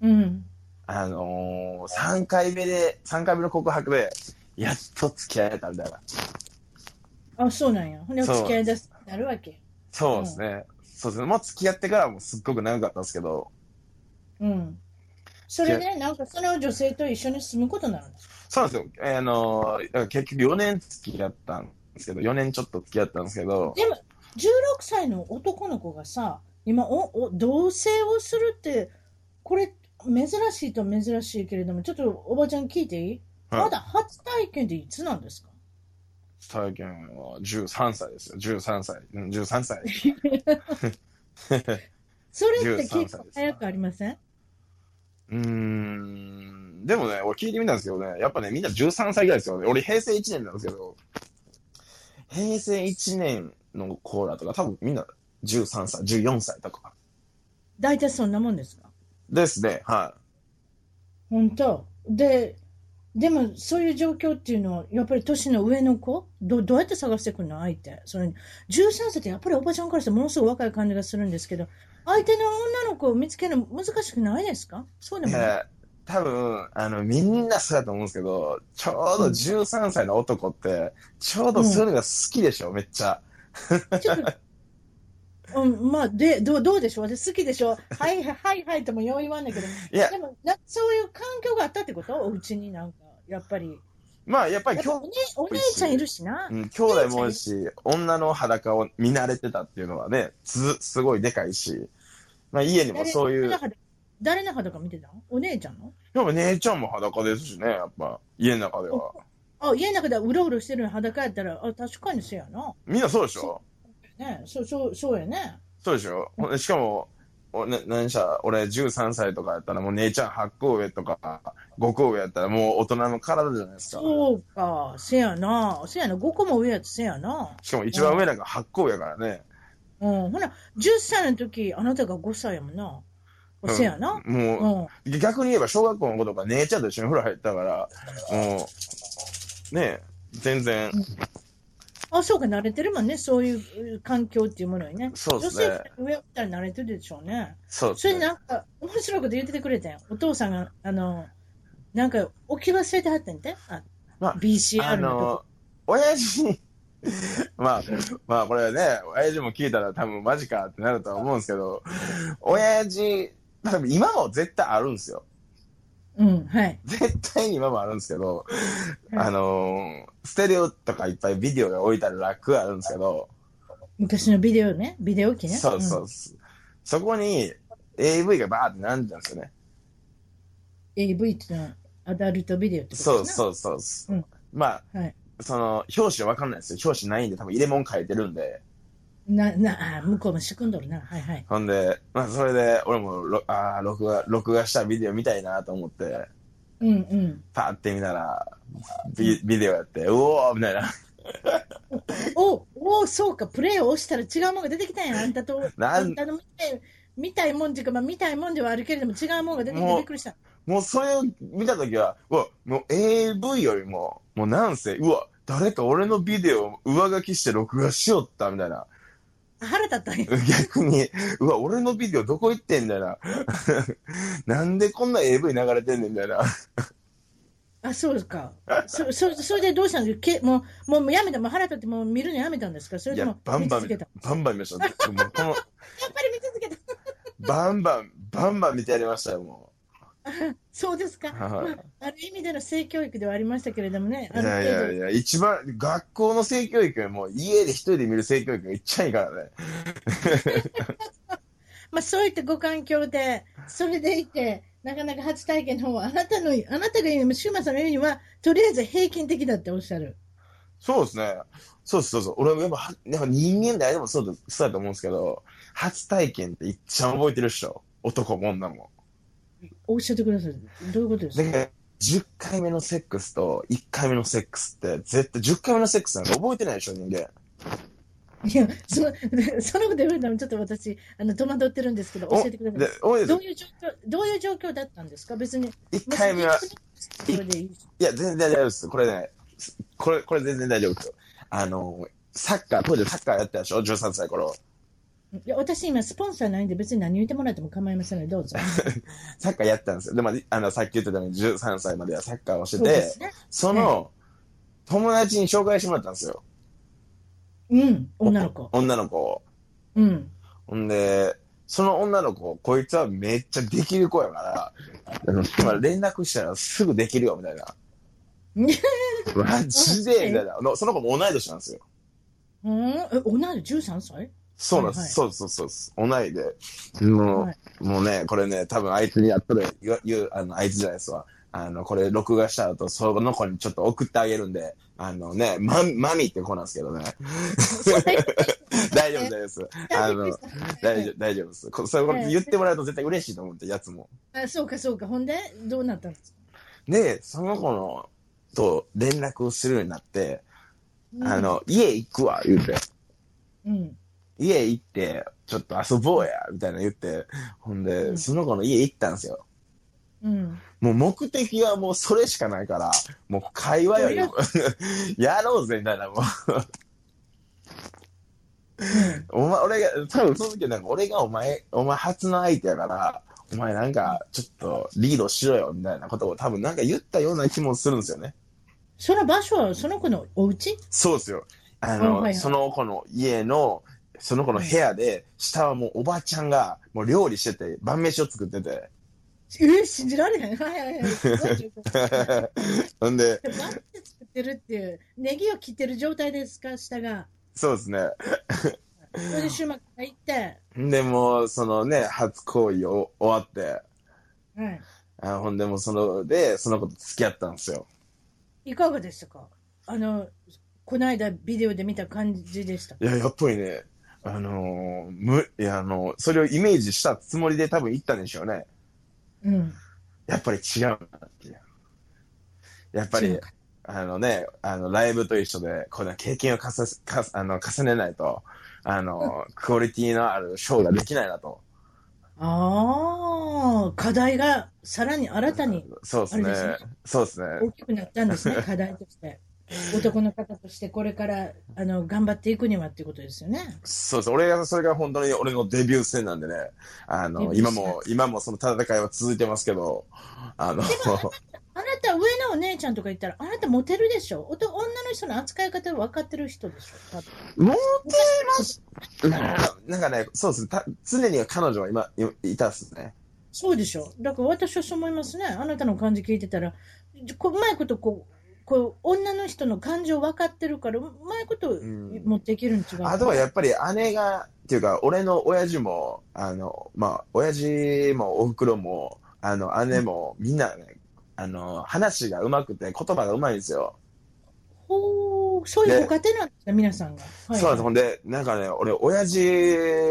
[SPEAKER 1] うん。
[SPEAKER 2] あのー、3回目で、3回目の告白で、やっと付き合えたみたいな。
[SPEAKER 1] あ、そうなんや。ほんで、お
[SPEAKER 2] そう
[SPEAKER 1] 付き合いだす、なるわけ。
[SPEAKER 2] そうですね。そうですね。もう付き合ってからもすっごく長かったんですけど、
[SPEAKER 1] うん。それで、なんか、その女性と一緒に住むことになるんですか
[SPEAKER 2] そうなんですよ。あのーだから結局4年付き合ったんですけど、4年ちょっと付き合ったんですけど、
[SPEAKER 1] でも、16歳の男の子がさ、今おお、同棲をするって、これ、珍しいと珍しいけれども、ちょっとおばちゃん聞いていい、
[SPEAKER 2] はい
[SPEAKER 1] まだ初体験でいつなんですか
[SPEAKER 2] 体験は13歳ですよ。13歳。うん、13歳。
[SPEAKER 1] それって
[SPEAKER 2] 13歳で
[SPEAKER 1] 結
[SPEAKER 2] す
[SPEAKER 1] 構早くありません
[SPEAKER 2] うーん。でもね、俺聞いてみたんですけどね、やっぱね、みんな13歳ぐらいですよね。俺平成1年なんですけど、平成1年のコーラとか、多分みんな13歳、14歳とか。
[SPEAKER 1] 大体そんなもんですか
[SPEAKER 2] ですね、は
[SPEAKER 1] 本当で、でもそういう状況っていうのは、やっぱり年の上の子ど、どうやって探してくるの、相手。それに13歳ってやっぱりおばちゃんからしてものすごく若い感じがするんですけど、相手の女の子を見つけるの難しくないですかそうで
[SPEAKER 2] い。
[SPEAKER 1] もない。
[SPEAKER 2] ね多分、あの、みんなそうだと思うんですけど、ちょうど13歳の男って、ちょうどそういうのが好きでしょ、めっちゃ。
[SPEAKER 1] ちょっと、 [LAUGHS] うん、まあ、で、どう、どうでしょうで好きでしょはいはいはいはいともよう言わんだけど、
[SPEAKER 2] いや
[SPEAKER 1] でもな、そういう環境があったってことお家になんか、やっぱり。
[SPEAKER 2] まあ、やっぱり
[SPEAKER 1] やっぱ
[SPEAKER 2] 今
[SPEAKER 1] お,、
[SPEAKER 2] 日
[SPEAKER 1] ね、お姉ちゃんいるしな
[SPEAKER 2] う。ん、兄弟も多いし、女の裸を見慣れてたっていうのはね、す、すごいでかいし、まあ家にも
[SPEAKER 1] 誰
[SPEAKER 2] そういう、
[SPEAKER 1] 誰の裸見てたのお姉ちゃんの
[SPEAKER 2] やっぱ姉ちゃんも裸ですしね、やっぱ、家の中では。
[SPEAKER 1] あ、家の中でうろうろしてる裸やったら、あ、確かにそうやな。
[SPEAKER 2] みんなそうでしょ
[SPEAKER 1] ね、そう、そう、そうやね。
[SPEAKER 2] そうでしょほんでしかも、おね、何しゃ、俺13歳とかやったらもう姉ちゃん8個上とか、5個上やったらもう大人の体じゃないですか。
[SPEAKER 1] そうか、せやな。せやな、5個も上やつせやな。
[SPEAKER 2] しかも一番上なんか8個上やからね。
[SPEAKER 1] うん、ほな、10歳の時、あなたが5歳やもんな。
[SPEAKER 2] うん
[SPEAKER 1] せやな。う
[SPEAKER 2] も
[SPEAKER 1] ん。
[SPEAKER 2] う、逆に言えば小学校の子とか姉ちゃんと一緒に風呂入ったから、もう、ねえ、全然、
[SPEAKER 1] あ、そうか、慣れてるもんね、そういうう環境っていうものにね。
[SPEAKER 2] そうですね
[SPEAKER 1] 女性って上やったら慣れてるでしょうね。
[SPEAKER 2] そうで
[SPEAKER 1] そ
[SPEAKER 2] す
[SPEAKER 1] れに
[SPEAKER 2] ね。
[SPEAKER 1] なんか、面白いこと言っててくれたよ。お父さんが、あの、なんか、置き忘れてはったんで。あ、
[SPEAKER 2] まあ
[SPEAKER 1] BCR
[SPEAKER 2] あ
[SPEAKER 1] のとこ。
[SPEAKER 2] の、親父、 [LAUGHS] まあ、まあこれね、親父も聞いたら多分マジかってなるとは思うんですけど、親父、多分今も絶対あるんですよ。
[SPEAKER 1] うん、はい。
[SPEAKER 2] 絶対に今もあるんですけど、
[SPEAKER 1] うん
[SPEAKER 2] あの、ステレオとかいっぱいビデオが置いたら楽あるんですけど、
[SPEAKER 1] 昔のビデオね、ビデオ機ね。
[SPEAKER 2] そうそう、
[SPEAKER 1] ん
[SPEAKER 2] そこに AV がバーってなんじゃうんですよね。
[SPEAKER 1] AV っていうのは、アダルトビデオってことか
[SPEAKER 2] そ
[SPEAKER 1] な
[SPEAKER 2] うそうそうそう。
[SPEAKER 1] うん
[SPEAKER 2] まあ、
[SPEAKER 1] はい
[SPEAKER 2] その、表紙はわかんないですよ。表紙ないんで多分入れ物書いてるんで。
[SPEAKER 1] な、な、あ向こうも仕組んどるな。はいはい。
[SPEAKER 2] ほんで、まあ、それで、俺もろ、ああ、録画、録画したビデオ見たいなと思って、
[SPEAKER 1] うんうん。
[SPEAKER 2] パーって見たら、ビビデオやって、うおーみたいな。
[SPEAKER 1] お、お、そうか、プレイを押したら違うもんが出てきたんや。あんたと、
[SPEAKER 2] なん
[SPEAKER 1] あんたの見たい見たいもんっていうか、まあ見たいもんではあるけれども、違うもんが出てきて
[SPEAKER 2] もう
[SPEAKER 1] びっくりした。
[SPEAKER 2] もうそれを見たときは、うわ、もう AV よりも、もうなんせ、うわ、誰か俺のビデオを上書きして録画しよった、みたいな。
[SPEAKER 1] 腹立ったんや。
[SPEAKER 2] [LAUGHS] 逆に、うわ、俺のビデオどこ行ってんみたいな。なん [LAUGHS] でこんな AV 流れてんねん、みたいな。
[SPEAKER 1] あ、そう
[SPEAKER 2] [LAUGHS]
[SPEAKER 1] か。そ、そ、それでどうしたんですけもう、もうやめた、もう腹立って、もう見るのやめたんですかそれ
[SPEAKER 2] い
[SPEAKER 1] と
[SPEAKER 2] や
[SPEAKER 1] も、、
[SPEAKER 2] バン
[SPEAKER 1] 見
[SPEAKER 2] バン
[SPEAKER 1] 続けた。、
[SPEAKER 2] バンバン見ました。もうこの、
[SPEAKER 1] やっぱり見続けた。
[SPEAKER 2] バンバン、バンバン見てやりましたよ、も
[SPEAKER 1] そうですか。ま
[SPEAKER 2] はい
[SPEAKER 1] あ、ある意味での性教育ではありましたけれどもね。
[SPEAKER 2] う。
[SPEAKER 1] あ
[SPEAKER 2] い
[SPEAKER 1] る
[SPEAKER 2] やい
[SPEAKER 1] 程
[SPEAKER 2] や
[SPEAKER 1] 度
[SPEAKER 2] いや、一番、学校の性教育よりも、家で一人で見る性教育がいっちゃいいからね。
[SPEAKER 1] まあ、そういったご環境で、それでいて、なかなか初体験の方は、あなたの、あなたが言う、シューマさんの言うには、とりあえず平均的だっておっしゃる。
[SPEAKER 2] そうですね。そうです、そうです。俺もやっぱは、やっぱ人間であれでもそうだ、そうだと思うんですけど、初体験っていっちゃ覚えてるっしょ。男も女も。
[SPEAKER 1] おっしゃってください。どういうことです
[SPEAKER 2] だ
[SPEAKER 1] か
[SPEAKER 2] から、10回目のセックスと1回目のセックスって、絶対10回目のセックスなんか覚えてないでしょ、人間。
[SPEAKER 1] いや、その、 [LAUGHS] そのこと言われたのちょっと私、あの、戸惑ってるんですけど、教えてくだ
[SPEAKER 2] で
[SPEAKER 1] さい。、
[SPEAKER 2] 覚えて
[SPEAKER 1] ど
[SPEAKER 2] る
[SPEAKER 1] ういう状況、どういう状況だったんですか別に。
[SPEAKER 2] 1回目は、
[SPEAKER 1] それでいいです。
[SPEAKER 2] いや、全然大丈夫です。これね、すこれ、これ全然大丈夫ですよ。あの、サッカー、当時サッカーやってたでしょ ?13 歳頃。
[SPEAKER 1] いや、私今、スポンサーないんで、別に何言ってもらっても構いませんので、どうぞ。
[SPEAKER 2] サッカーやってたんですよ。で、まあ、あの、さっき言ってたように13歳まではサッカーをして
[SPEAKER 1] そうで
[SPEAKER 2] て、
[SPEAKER 1] すね。
[SPEAKER 2] その、友達に紹介してもらったんですよ。
[SPEAKER 1] うん、女の子。
[SPEAKER 2] 女の子を。
[SPEAKER 1] うん。
[SPEAKER 2] ほんで、その女の子、こいつはめっちゃできる子やから、あの、まあ連絡したらすぐできるよ、
[SPEAKER 1] [LAUGHS]
[SPEAKER 2] みたいな。マジでみたいな。のその子も同い年なんですよ。
[SPEAKER 1] うん、え、女の子13歳
[SPEAKER 2] そうなんです。
[SPEAKER 1] はいはい
[SPEAKER 2] そうそうそうです。同いで。もう、
[SPEAKER 1] はい
[SPEAKER 2] もうね、これね、多分あいつにやっとる、言わ言う、あの、あいつじゃないですわ。あの、これ録画した後、その子にちょっと送ってあげるんで、あのね、ま、マミって子なんですけ
[SPEAKER 1] [LAUGHS]
[SPEAKER 2] どね。 [LAUGHS] 大丈夫です。あの、大丈夫、大丈夫です。こそれこれ言ってもらうと絶対嬉しいと思って、やつも。
[SPEAKER 1] あそうか、そうか。ほんで、どうなったんですか
[SPEAKER 2] で、その子の、と連絡をするようになって、あ、の、家行くわ、言うて。
[SPEAKER 1] うん。
[SPEAKER 2] 家行って、ちょっと遊ぼうや、みたいな言って、ほんで、
[SPEAKER 1] うん
[SPEAKER 2] その子の家行ったんですよ。
[SPEAKER 1] うん。
[SPEAKER 2] もう目的はもうそれしかないから、もう会話よりも、 [LAUGHS] やろうぜ、みたいな、もう。
[SPEAKER 1] うん
[SPEAKER 2] お前、俺が、多分その時はなんか、俺がお前、お前初の相手やから、お前なんか、ちょっとリードしろよ、みたいなことを多分なんか言ったような気もするんですよね。
[SPEAKER 1] その場所はその子のお家
[SPEAKER 2] そうですよ。あ
[SPEAKER 1] うん
[SPEAKER 2] の、
[SPEAKER 1] はいはい
[SPEAKER 2] その子の家の、そ [LAUGHS] の子の部屋で、下はもうおばあちゃんが、もう料理してて、晩飯を作ってて、
[SPEAKER 1] え信じられへん。はいはいはい。すごい状況
[SPEAKER 2] ほんで、
[SPEAKER 1] でもなんで作ってるっていう、ネギを切ってる状態ですか、下が。
[SPEAKER 2] そうですね。
[SPEAKER 1] それで終幕入って、
[SPEAKER 2] で、もう、そのね、初恋を終わって、
[SPEAKER 1] はい。
[SPEAKER 2] あほんでもうその、で、その子と付き合ったんですよ。
[SPEAKER 1] いかがでしたかあの、この間ビデオで見た感じでした。
[SPEAKER 2] いや、やっぱりね、あのーむ、いや、あのそれをイメージしたつもりで多分行ったんでしょうね。
[SPEAKER 1] うん。
[SPEAKER 2] やっぱり違うなっていう。やっぱ
[SPEAKER 1] 違
[SPEAKER 2] り
[SPEAKER 1] うか、
[SPEAKER 2] あのね、あの、ライブと一緒で、この経験を重すかあの重ねないと、あの、クオリティのあるショーができないなと。
[SPEAKER 1] ああ、課題がさらに新たに
[SPEAKER 2] そうです
[SPEAKER 1] あ
[SPEAKER 2] ね
[SPEAKER 1] れですね。
[SPEAKER 2] そうですね。
[SPEAKER 1] 大きくなったん [LAUGHS] ですね、課題として。男の方としてこれからあの頑張っていくにはっていうことですよね。
[SPEAKER 2] そうです。俺が、それが本当に俺のデビュー戦なんでね。あ
[SPEAKER 1] デビュ
[SPEAKER 2] の、
[SPEAKER 1] ー戦
[SPEAKER 2] 今も、今もその戦いは続いてますけど、
[SPEAKER 1] [LAUGHS]
[SPEAKER 2] あ
[SPEAKER 1] あ
[SPEAKER 2] の、
[SPEAKER 1] なた上のお姉ちゃんとか言ったらあなたモテるでしょおと女の人の扱い方分かってる人でしょ多分
[SPEAKER 2] モテます。なんかね、そうですね。た常に彼女は今、いいたっすね。
[SPEAKER 1] そうでしょだから私はそう思いますね。あなたの感じ聞いてたら、こううまいことこう、こう女の人の感情分かってるから、うまいこと
[SPEAKER 2] ん
[SPEAKER 1] 持っていけるん違う、
[SPEAKER 2] あとはやっぱり姉が、っていうか、俺の親父も、あの、まあ、親父もお袋も、あの、姉も、みんなね、あの、話が上手くて、言葉が上手いんですよ。
[SPEAKER 1] ほう、そういうご家庭なんですね、皆さんが。はい
[SPEAKER 2] そうなんです。ほんで、なんかね、俺、親父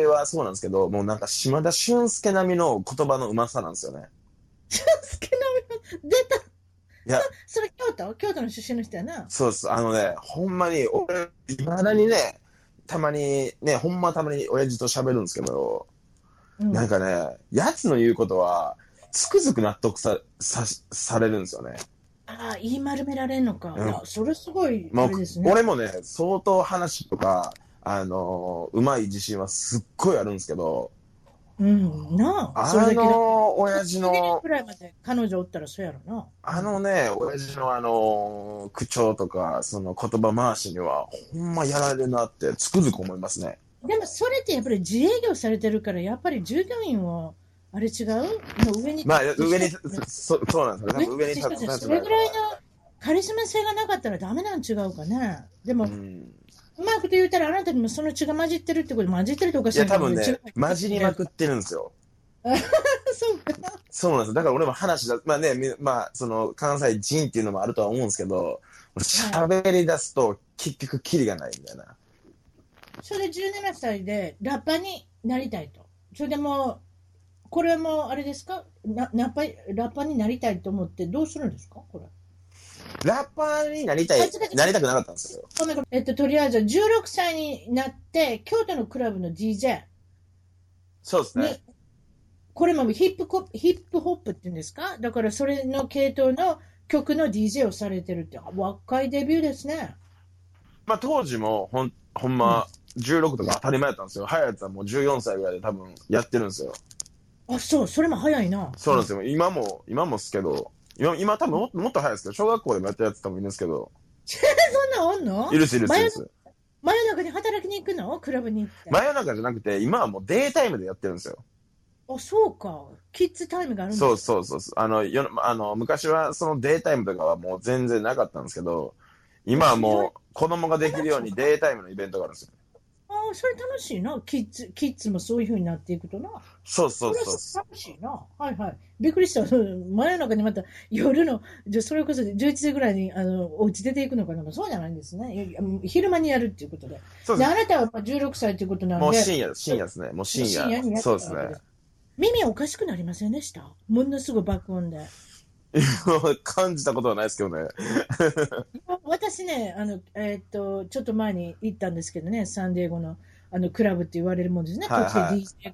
[SPEAKER 2] はそうなんですけど、もうなんか島田俊介並みの言葉の上手さなんですよね。
[SPEAKER 1] 助けの [LAUGHS] 出た
[SPEAKER 2] いや、
[SPEAKER 1] それ京都京都の出身の人やな。
[SPEAKER 2] そうです。あのね、ほんまに、俺、いまだにね、たまに、ね、ほんまたまに親父と喋るんですけど、
[SPEAKER 1] うん
[SPEAKER 2] なんかね、奴の言うことは、つくづく納得さ、さ、されるんですよね。
[SPEAKER 1] ああ、言い丸められんのか。
[SPEAKER 2] うん
[SPEAKER 1] あそれすごい、
[SPEAKER 2] まあ
[SPEAKER 1] あれですね。
[SPEAKER 2] 俺もね、相当話とか、あのーうまい自信はすっごいあるんですけど、
[SPEAKER 1] うん、なあ、
[SPEAKER 2] あ
[SPEAKER 1] それだけの。
[SPEAKER 2] の、親父
[SPEAKER 1] 次の
[SPEAKER 2] の
[SPEAKER 1] く、らいまで彼女おったらそうやろな。
[SPEAKER 2] あのね、親父のあのー口調とか、その言葉回しには、ほんまやられるなって、つくづく思いますね。
[SPEAKER 1] でもそれってやっぱり自営業されてるから、やっぱり従業員を、あれ違うもう上に
[SPEAKER 2] まあ、上に、そそうなんですよね。多分上に
[SPEAKER 1] 上に立
[SPEAKER 2] 立
[SPEAKER 1] つ人たち
[SPEAKER 2] つ
[SPEAKER 1] それぐらいのカリスマ性がなかったらダメなん違うかね。でも、
[SPEAKER 2] う
[SPEAKER 1] うんまいこと言うたらあなたにもその血が混じってるってこと、混じってるとおかし
[SPEAKER 2] い
[SPEAKER 1] い
[SPEAKER 2] や、
[SPEAKER 1] けど
[SPEAKER 2] 多分ね、混じりまく
[SPEAKER 1] っ
[SPEAKER 2] ってるんですよ。
[SPEAKER 1] た。そうか。
[SPEAKER 2] そうなんですよ。だから俺も話だ、まあね、みまあ、その、関西人っていうのもあるとは思うんですけど、喋り出すと、結局、キリがないみたいな。
[SPEAKER 1] それ17歳でラッパーになりたいと。それでもう、これもあれですかなラッパーラッパーになりたいと思ってどうするんですかこれ。
[SPEAKER 2] ラッパーになりたい、なりたくなかったんですよ。
[SPEAKER 1] ごめんごめんえっと、とりあえず16歳になって、京都のクラブの DJ
[SPEAKER 2] そうです
[SPEAKER 1] に、
[SPEAKER 2] ね。
[SPEAKER 1] これもヒップコヒップホップっていうんですかだからそれの系統の曲の DJ をされてるって、あ若いデビューですね。
[SPEAKER 2] まあ、当時も、ほん、ほんま、16とか当たり前だったんですよ。早いやつはもう14歳ぐらいで多分やってるんですよ。
[SPEAKER 1] あ、そう、それも早いな。
[SPEAKER 2] そうなんですよ。今も、今もっすけど、今、今多分もっともっと早いですけど、小学校でもやったやつ多分いるんですけど、
[SPEAKER 1] そんなんあんの
[SPEAKER 2] いるしいるしい
[SPEAKER 1] 真
[SPEAKER 2] る
[SPEAKER 1] 夜
[SPEAKER 2] し。
[SPEAKER 1] 真夜中に働きに行くのクラブに行って。
[SPEAKER 2] 真夜中じゃなくて、今はもうデイタイムでやってるんですよ。
[SPEAKER 1] あ、そうか。キッズタイムがあるんだ
[SPEAKER 2] そうそうそうそう。あの、よあの昔はそのデイタイムとかはもう全然なかったんですけど、今はもう子供ができるようにデイタイムのイベントがあるんですよ。
[SPEAKER 1] あそれ楽しいな。キッズ、キッズもそういう風になっていくとな。
[SPEAKER 2] そうそうそう
[SPEAKER 1] それは楽しいな。はいはい。びっくりした。真夜中にまた夜の、じゃそれこそ11時ぐらいにあのお家出ていくのかな。そうじゃないんですね。い昼間にやるっていうことで。
[SPEAKER 2] そう
[SPEAKER 1] で
[SPEAKER 2] で
[SPEAKER 1] あなたはまあ16歳ということな
[SPEAKER 2] す。
[SPEAKER 1] の
[SPEAKER 2] もう
[SPEAKER 1] で、
[SPEAKER 2] 深夜、深夜ですね。もう深
[SPEAKER 1] 深夜にや
[SPEAKER 2] 夜。
[SPEAKER 1] ってた
[SPEAKER 2] そう
[SPEAKER 1] わ
[SPEAKER 2] で
[SPEAKER 1] け
[SPEAKER 2] すね。
[SPEAKER 1] 耳おかしくなりませんでしたものすごい爆音で。
[SPEAKER 2] 感じたことはないですけどね。
[SPEAKER 1] 私ね、あの、えーっと、ちょっと前に行ったんですけどね、サンディエゴの、あの、クラブって言われるもんですね。
[SPEAKER 2] はいはい
[SPEAKER 1] こっちで DJ が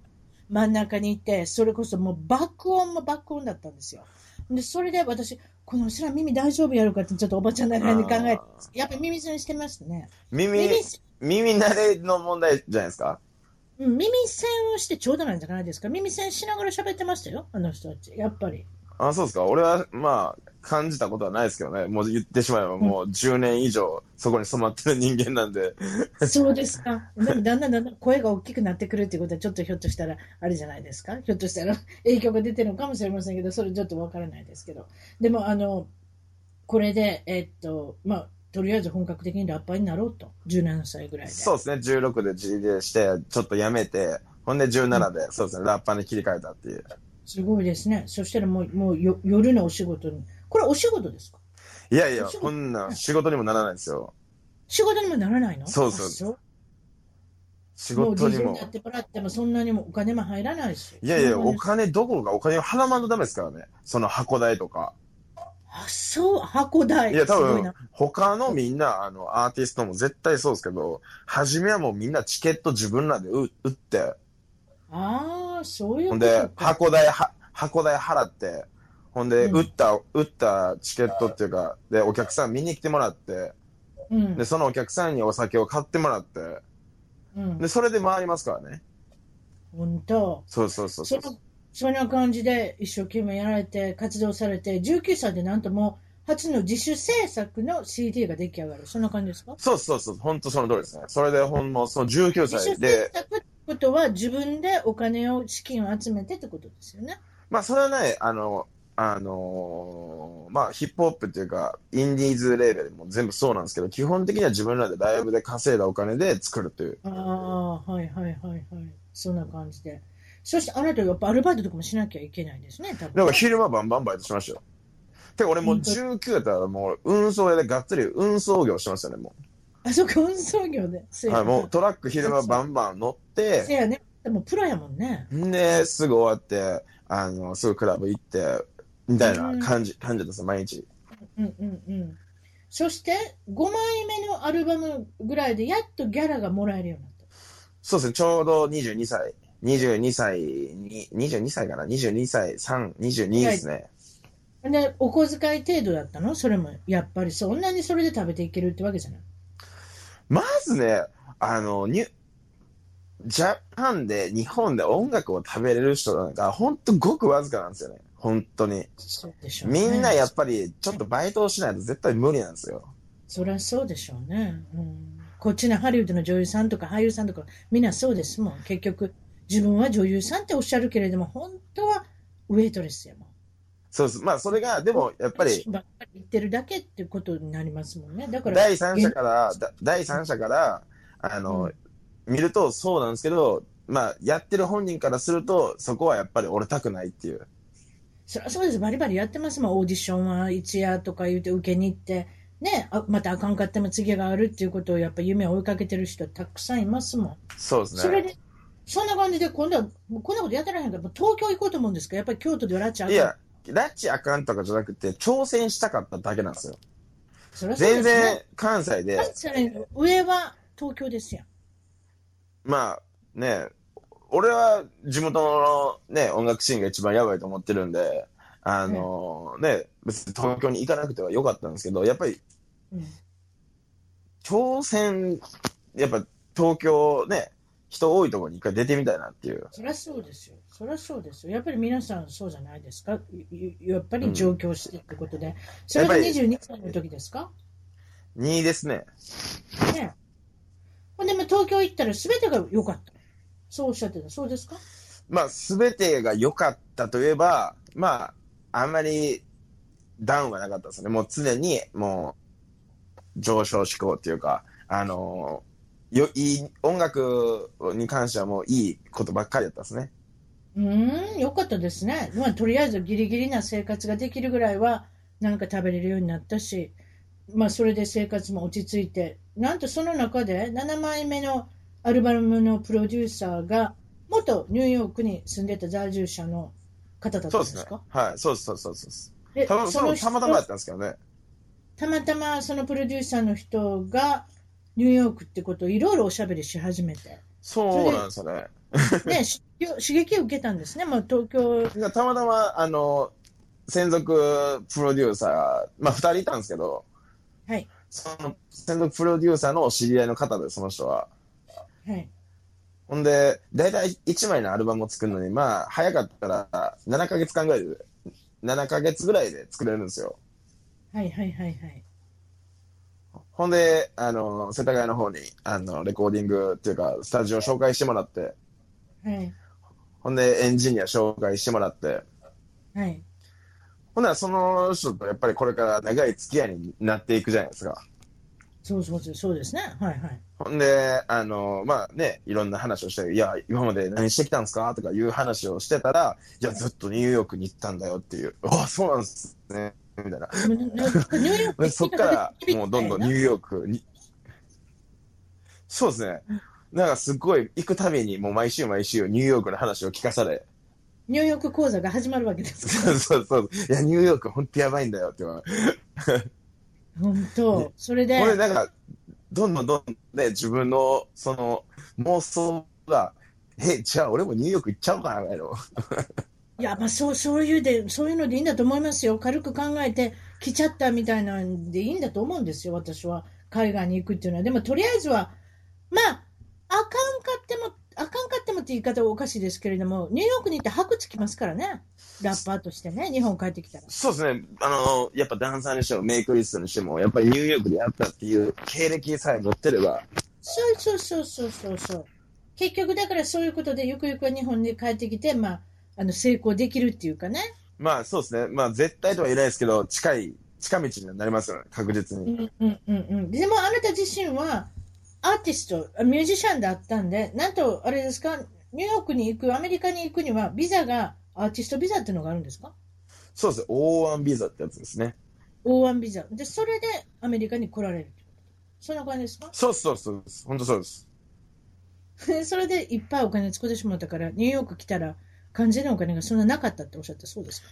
[SPEAKER 1] 真ん中にいて、それこそもう爆音も爆音だったんですよ。で、それで私、この後ろ耳大丈夫やろうかって、ちょっとおばちゃんなりに考えて
[SPEAKER 2] あ、
[SPEAKER 1] やっぱり耳栓してますね。
[SPEAKER 2] 耳
[SPEAKER 1] 耳、栓、
[SPEAKER 2] 耳慣れの問題じゃないですか。
[SPEAKER 1] うん耳栓をしてちょうどなんじゃないですか。耳栓しながら喋ってましたよ、あの人たち。やっぱり。
[SPEAKER 2] あ、そうですか。俺は、まあ、感じたことはないですけどね。もう言ってしまえば、もう10年以上、そこに染まってる人間なんで。 [LAUGHS]
[SPEAKER 1] そうですか。でもだんだんだんだん声が大きくなってくるっていうことは、ちょっとひょっとしたら [LAUGHS] あれじゃないですか。ひょっとしたら [LAUGHS] 影響が出てるのかもしれませんけど、それちょっとわからないですけど。でも、あの、これで、えっと、まあ、とりあえず本格的にラッパーになろうと、17歳ぐらいで。
[SPEAKER 2] そうですね。16で自立して、ちょっとやめて、ほんで17で、そうですね。ラッパーに切り替えたっていう。
[SPEAKER 1] すごいですね。そしたらもうもうよ夜のお仕事に。これお仕事ですか
[SPEAKER 2] いやいや、
[SPEAKER 1] お仕事
[SPEAKER 2] こんなん仕事にもならないですよ。
[SPEAKER 1] 仕事にもならないの
[SPEAKER 2] そうそう
[SPEAKER 1] あそう
[SPEAKER 2] 仕
[SPEAKER 1] もう
[SPEAKER 2] 事に
[SPEAKER 1] 自分
[SPEAKER 2] も
[SPEAKER 1] でや。ってもらってもそんなにもお金も入らないし。
[SPEAKER 2] いやいや、
[SPEAKER 1] そんな
[SPEAKER 2] お
[SPEAKER 1] に
[SPEAKER 2] 金どころかお金を払わんとダメですからね。その箱代とか。
[SPEAKER 1] あ、そう、箱代。
[SPEAKER 2] いや、
[SPEAKER 1] す
[SPEAKER 2] 多
[SPEAKER 1] ごい
[SPEAKER 2] 分
[SPEAKER 1] な、
[SPEAKER 2] 他のみんな、あの、アーティストも絶対そうですけど、初めはもうみんなチケット自分らで売売って、
[SPEAKER 1] ああ、そういう
[SPEAKER 2] ほ
[SPEAKER 1] こ
[SPEAKER 2] ん
[SPEAKER 1] と
[SPEAKER 2] で
[SPEAKER 1] か、。
[SPEAKER 2] 箱代は、箱代払って、ほんで、
[SPEAKER 1] うん
[SPEAKER 2] 売った、売ったチケットっていうか、で、お客さん見に来てもらって、
[SPEAKER 1] うん
[SPEAKER 2] で、。そのお客さんにお酒を買ってもらって、
[SPEAKER 1] うん
[SPEAKER 2] で、それで回りますからね。
[SPEAKER 1] 本当。
[SPEAKER 2] そうそうそうそ。
[SPEAKER 1] そうのそんな感じで一生懸命やられて活動されて19歳でなんともう初の自主制作の CD が出来上がるそんな感じですか
[SPEAKER 2] そうそうそう、本当その通りですね。それで、ほんの、その19
[SPEAKER 1] 自主
[SPEAKER 2] 歳
[SPEAKER 1] 制
[SPEAKER 2] で、
[SPEAKER 1] 作ってことは自分でお金を資金を集めてってことですよね
[SPEAKER 2] まあ、それはね、あの、あのーまあ、ヒップホップっていうか、インディーズレーベルも全部そうなんですけど、基本的には自分らでライブで稼いだお金で作るという。
[SPEAKER 1] ああはいはいはいはいそんな感じでそしてあなたやっぱアルバイトとかもしなきゃいけないですね多
[SPEAKER 2] だから
[SPEAKER 1] 分
[SPEAKER 2] 昼間バンバンバイトしましたよ。てか俺もう19やったらもう運送屋でがっつり運送業してましたね、も
[SPEAKER 1] あそこ運送業で
[SPEAKER 2] う。
[SPEAKER 1] せ
[SPEAKER 2] は
[SPEAKER 1] や
[SPEAKER 2] い、もうトラック昼間バンバン乗って
[SPEAKER 1] せ、やねでもプロやもんね
[SPEAKER 2] んで、すぐ終わって、あの、すぐクラブ行って、みたいな感じ、感じです、毎日。
[SPEAKER 1] うんうんうんそして5枚目のアルバムぐらいでやっとギャラがもらえるようになった
[SPEAKER 2] そうですね、ちょうど22歳。22歳に、22歳かな ?22 歳、3、22ですね。
[SPEAKER 1] でお小遣い程度だったのそれもやっぱりそんなにそれで食べていけるってわけじゃない
[SPEAKER 2] まずね、あの、に、ジャパンで、日本で音楽を食べれる人なんか、ほんとごくわずかなんですよね。本当に。
[SPEAKER 1] そうでしょうね
[SPEAKER 2] みんなやっぱり、ちょっとバイトをしないと絶対無理なんですよ。
[SPEAKER 1] そりゃそうでしょうね、うん、こっちのハリウッドの女優さんとか俳優さんとかみんなそうですもん結局自分は女優さんっておっしゃるけれども本当はウェイトレスやもん
[SPEAKER 2] そうです。まあ、それが、でも、やっぱり、
[SPEAKER 1] ばっかり言ってるだけってことになりますもんねだから
[SPEAKER 2] 第三者から、だ第三者から、あの、見るとそうなんですけど、まあ、やってる本人からすると、そこはやっぱり折れたくないっていう。
[SPEAKER 1] そりゃそうです、バリバリやってますもん、オーディションは一夜とか言うて受けに行って、ね、あまたあかんかっても次があるっていうことを、やっぱ夢を追いかけてる人、たくさんいますもん。
[SPEAKER 2] そうですね。
[SPEAKER 1] それで、そんな感じで、今度は、もうこんなことやってらへんから、もう東京行こうと思うんですか、やっぱり京都でラッチあかん
[SPEAKER 2] いや、拉致あかんとかじゃなくて、挑戦したかっただけなんですよ。
[SPEAKER 1] そりゃそうで
[SPEAKER 2] 全
[SPEAKER 1] すね
[SPEAKER 2] 然関西で、
[SPEAKER 1] 関西の上は東京ですやん。
[SPEAKER 2] まあね、俺は地元のね、音楽シーンが一番やばいと思ってるんで、あのね、別に東京に行かなくてはよかったんですけど、やっぱり
[SPEAKER 1] うん
[SPEAKER 2] 挑戦、やっぱ東京ね、人多いところに一回出てみたいなっていう。
[SPEAKER 1] そりゃそうですよ、そりゃそうですよ、やっぱり皆さんそうじゃないですか、いいやっぱり上京してってことで、それが
[SPEAKER 2] やっぱり
[SPEAKER 1] 22歳の時ですか
[SPEAKER 2] 2位ですね。
[SPEAKER 1] ねほんで、まあ東京行ったら全てが良かった。そうおっしゃってた。そうですか
[SPEAKER 2] まあ、すべてが良かったといえば、まあ、あんまりダウンはなかったですね。もう常に、もう、上昇志向っていうか、あのよ、いい、音楽に関してはもういいことばっかりだったですね。
[SPEAKER 1] うーん、良かったですね。まあ、とりあえずギリギリな生活ができるぐらいは、なんか食べれるようになったし、まあ、それで生活も落ち着いて、なんとその中で7枚目のアルバムのプロデューサーが、元ニューヨークに住んでた在住者の方だった
[SPEAKER 2] そ
[SPEAKER 1] ん
[SPEAKER 2] う
[SPEAKER 1] で
[SPEAKER 2] です
[SPEAKER 1] す
[SPEAKER 2] ね
[SPEAKER 1] か。
[SPEAKER 2] はい、そうです、そうですそうです。
[SPEAKER 1] で
[SPEAKER 2] たま、そ
[SPEAKER 1] の
[SPEAKER 2] の
[SPEAKER 1] 人
[SPEAKER 2] たまたまだったんですけどね。
[SPEAKER 1] たまたまそのプロデューサーの人がニューヨークってことをいろいろおしゃべりし始めて。
[SPEAKER 2] そうなんですよね。
[SPEAKER 1] ね、し刺激を受けたんですね、まあ、東京、
[SPEAKER 2] たまたま、あの、専属プロデューサー、まあ、二人いたんですけど、
[SPEAKER 1] はい
[SPEAKER 2] その専属プロデューサーのお知り合いの方で、その人は。
[SPEAKER 1] はい、
[SPEAKER 2] ほんで、だいたい1枚のアルバムを作るのに、まあ、早かったら7ヶ月間ぐらいで7ヶ月ぐらいで作れるんですよ。
[SPEAKER 1] はいはいはいはい。
[SPEAKER 2] ほんで、あの、世田谷の方に、あの、レコーディングっていうか、スタジオ紹介してもらって、
[SPEAKER 1] はい。
[SPEAKER 2] ほんで、エンジニア紹介してもらって、
[SPEAKER 1] はい。
[SPEAKER 2] ほんならその人とやっぱりこれから長い付き合いになっていくじゃないですか。
[SPEAKER 1] そうそうそうそうですね。はい
[SPEAKER 2] [LAUGHS]
[SPEAKER 1] はい。
[SPEAKER 2] ほんで、あの、まあね、いろんな話をして、いや、今まで何してきたんですかとかいう話をしてたら、いや、ずっとニューヨークに行ったんだよっていう、あ、そうなんですね、みたいな。
[SPEAKER 1] ニューヨーク
[SPEAKER 2] でそっから、もうどんどんニュー
[SPEAKER 1] ー
[SPEAKER 2] ヨークに。そうですね。なんかすごい、行くたびにもう毎週毎週ニューヨークの話を聞かされ、 [LAUGHS]
[SPEAKER 1] ニューヨーク講座が始まるわけですか
[SPEAKER 2] そうそうそう、いや、ニューヨーク本当やばいんだよって言われ
[SPEAKER 1] ら。本当。それで
[SPEAKER 2] こ、れなんか、どんどんどんどんね、自分の、その、妄想が、え、じゃあ俺もニューヨーク行っちゃおうかな、みたいない
[SPEAKER 1] や、まあそう、そういうで、そういうのでいいんだと思いますよ。軽く考えて、来ちゃったみたいなんでいいんだと思うんですよ、私は。海外に行くっていうのは。でも、とりあえずは、まあ、あかんかっても、あかんかってもって言い方はおかしいですけれども、ニューヨークに行って白つきますからね。ラッパーとしてね、日本帰ってきたら。
[SPEAKER 2] そうですね。あの、やっぱダンサーにしても、メイクリストにしても、やっぱりニューヨークでやったっていう経歴さえ持ってれば、
[SPEAKER 1] そうそうそうそうそうそう。結局、だからそういうことで、ゆくゆくは日本に帰ってきて、まあ、あの成功できるっていうかね。
[SPEAKER 2] まあそうですね。まあ絶対とは言えないですけど、近い、近道になりますよね、確実
[SPEAKER 1] う
[SPEAKER 2] に。
[SPEAKER 1] んうんうんうん、でもあなた自身はアーティスト、ミュージシャンだったんで、なんとあれですか、ニューヨークに行く、アメリカに行くには、ビザがアーティストビザっていうのがあるんですか
[SPEAKER 2] そうですね。O1 ビザってやつですね。
[SPEAKER 1] ?O1 ビザ。で、それでアメリカに来られるってことそんな感じですか [LAUGHS]
[SPEAKER 2] そうですそうですそうです。本当そうです。
[SPEAKER 1] それでいっぱいお金使ってしまったから、ニューヨーク来たら、完全なお金がそんななかったっておっしゃってそうですか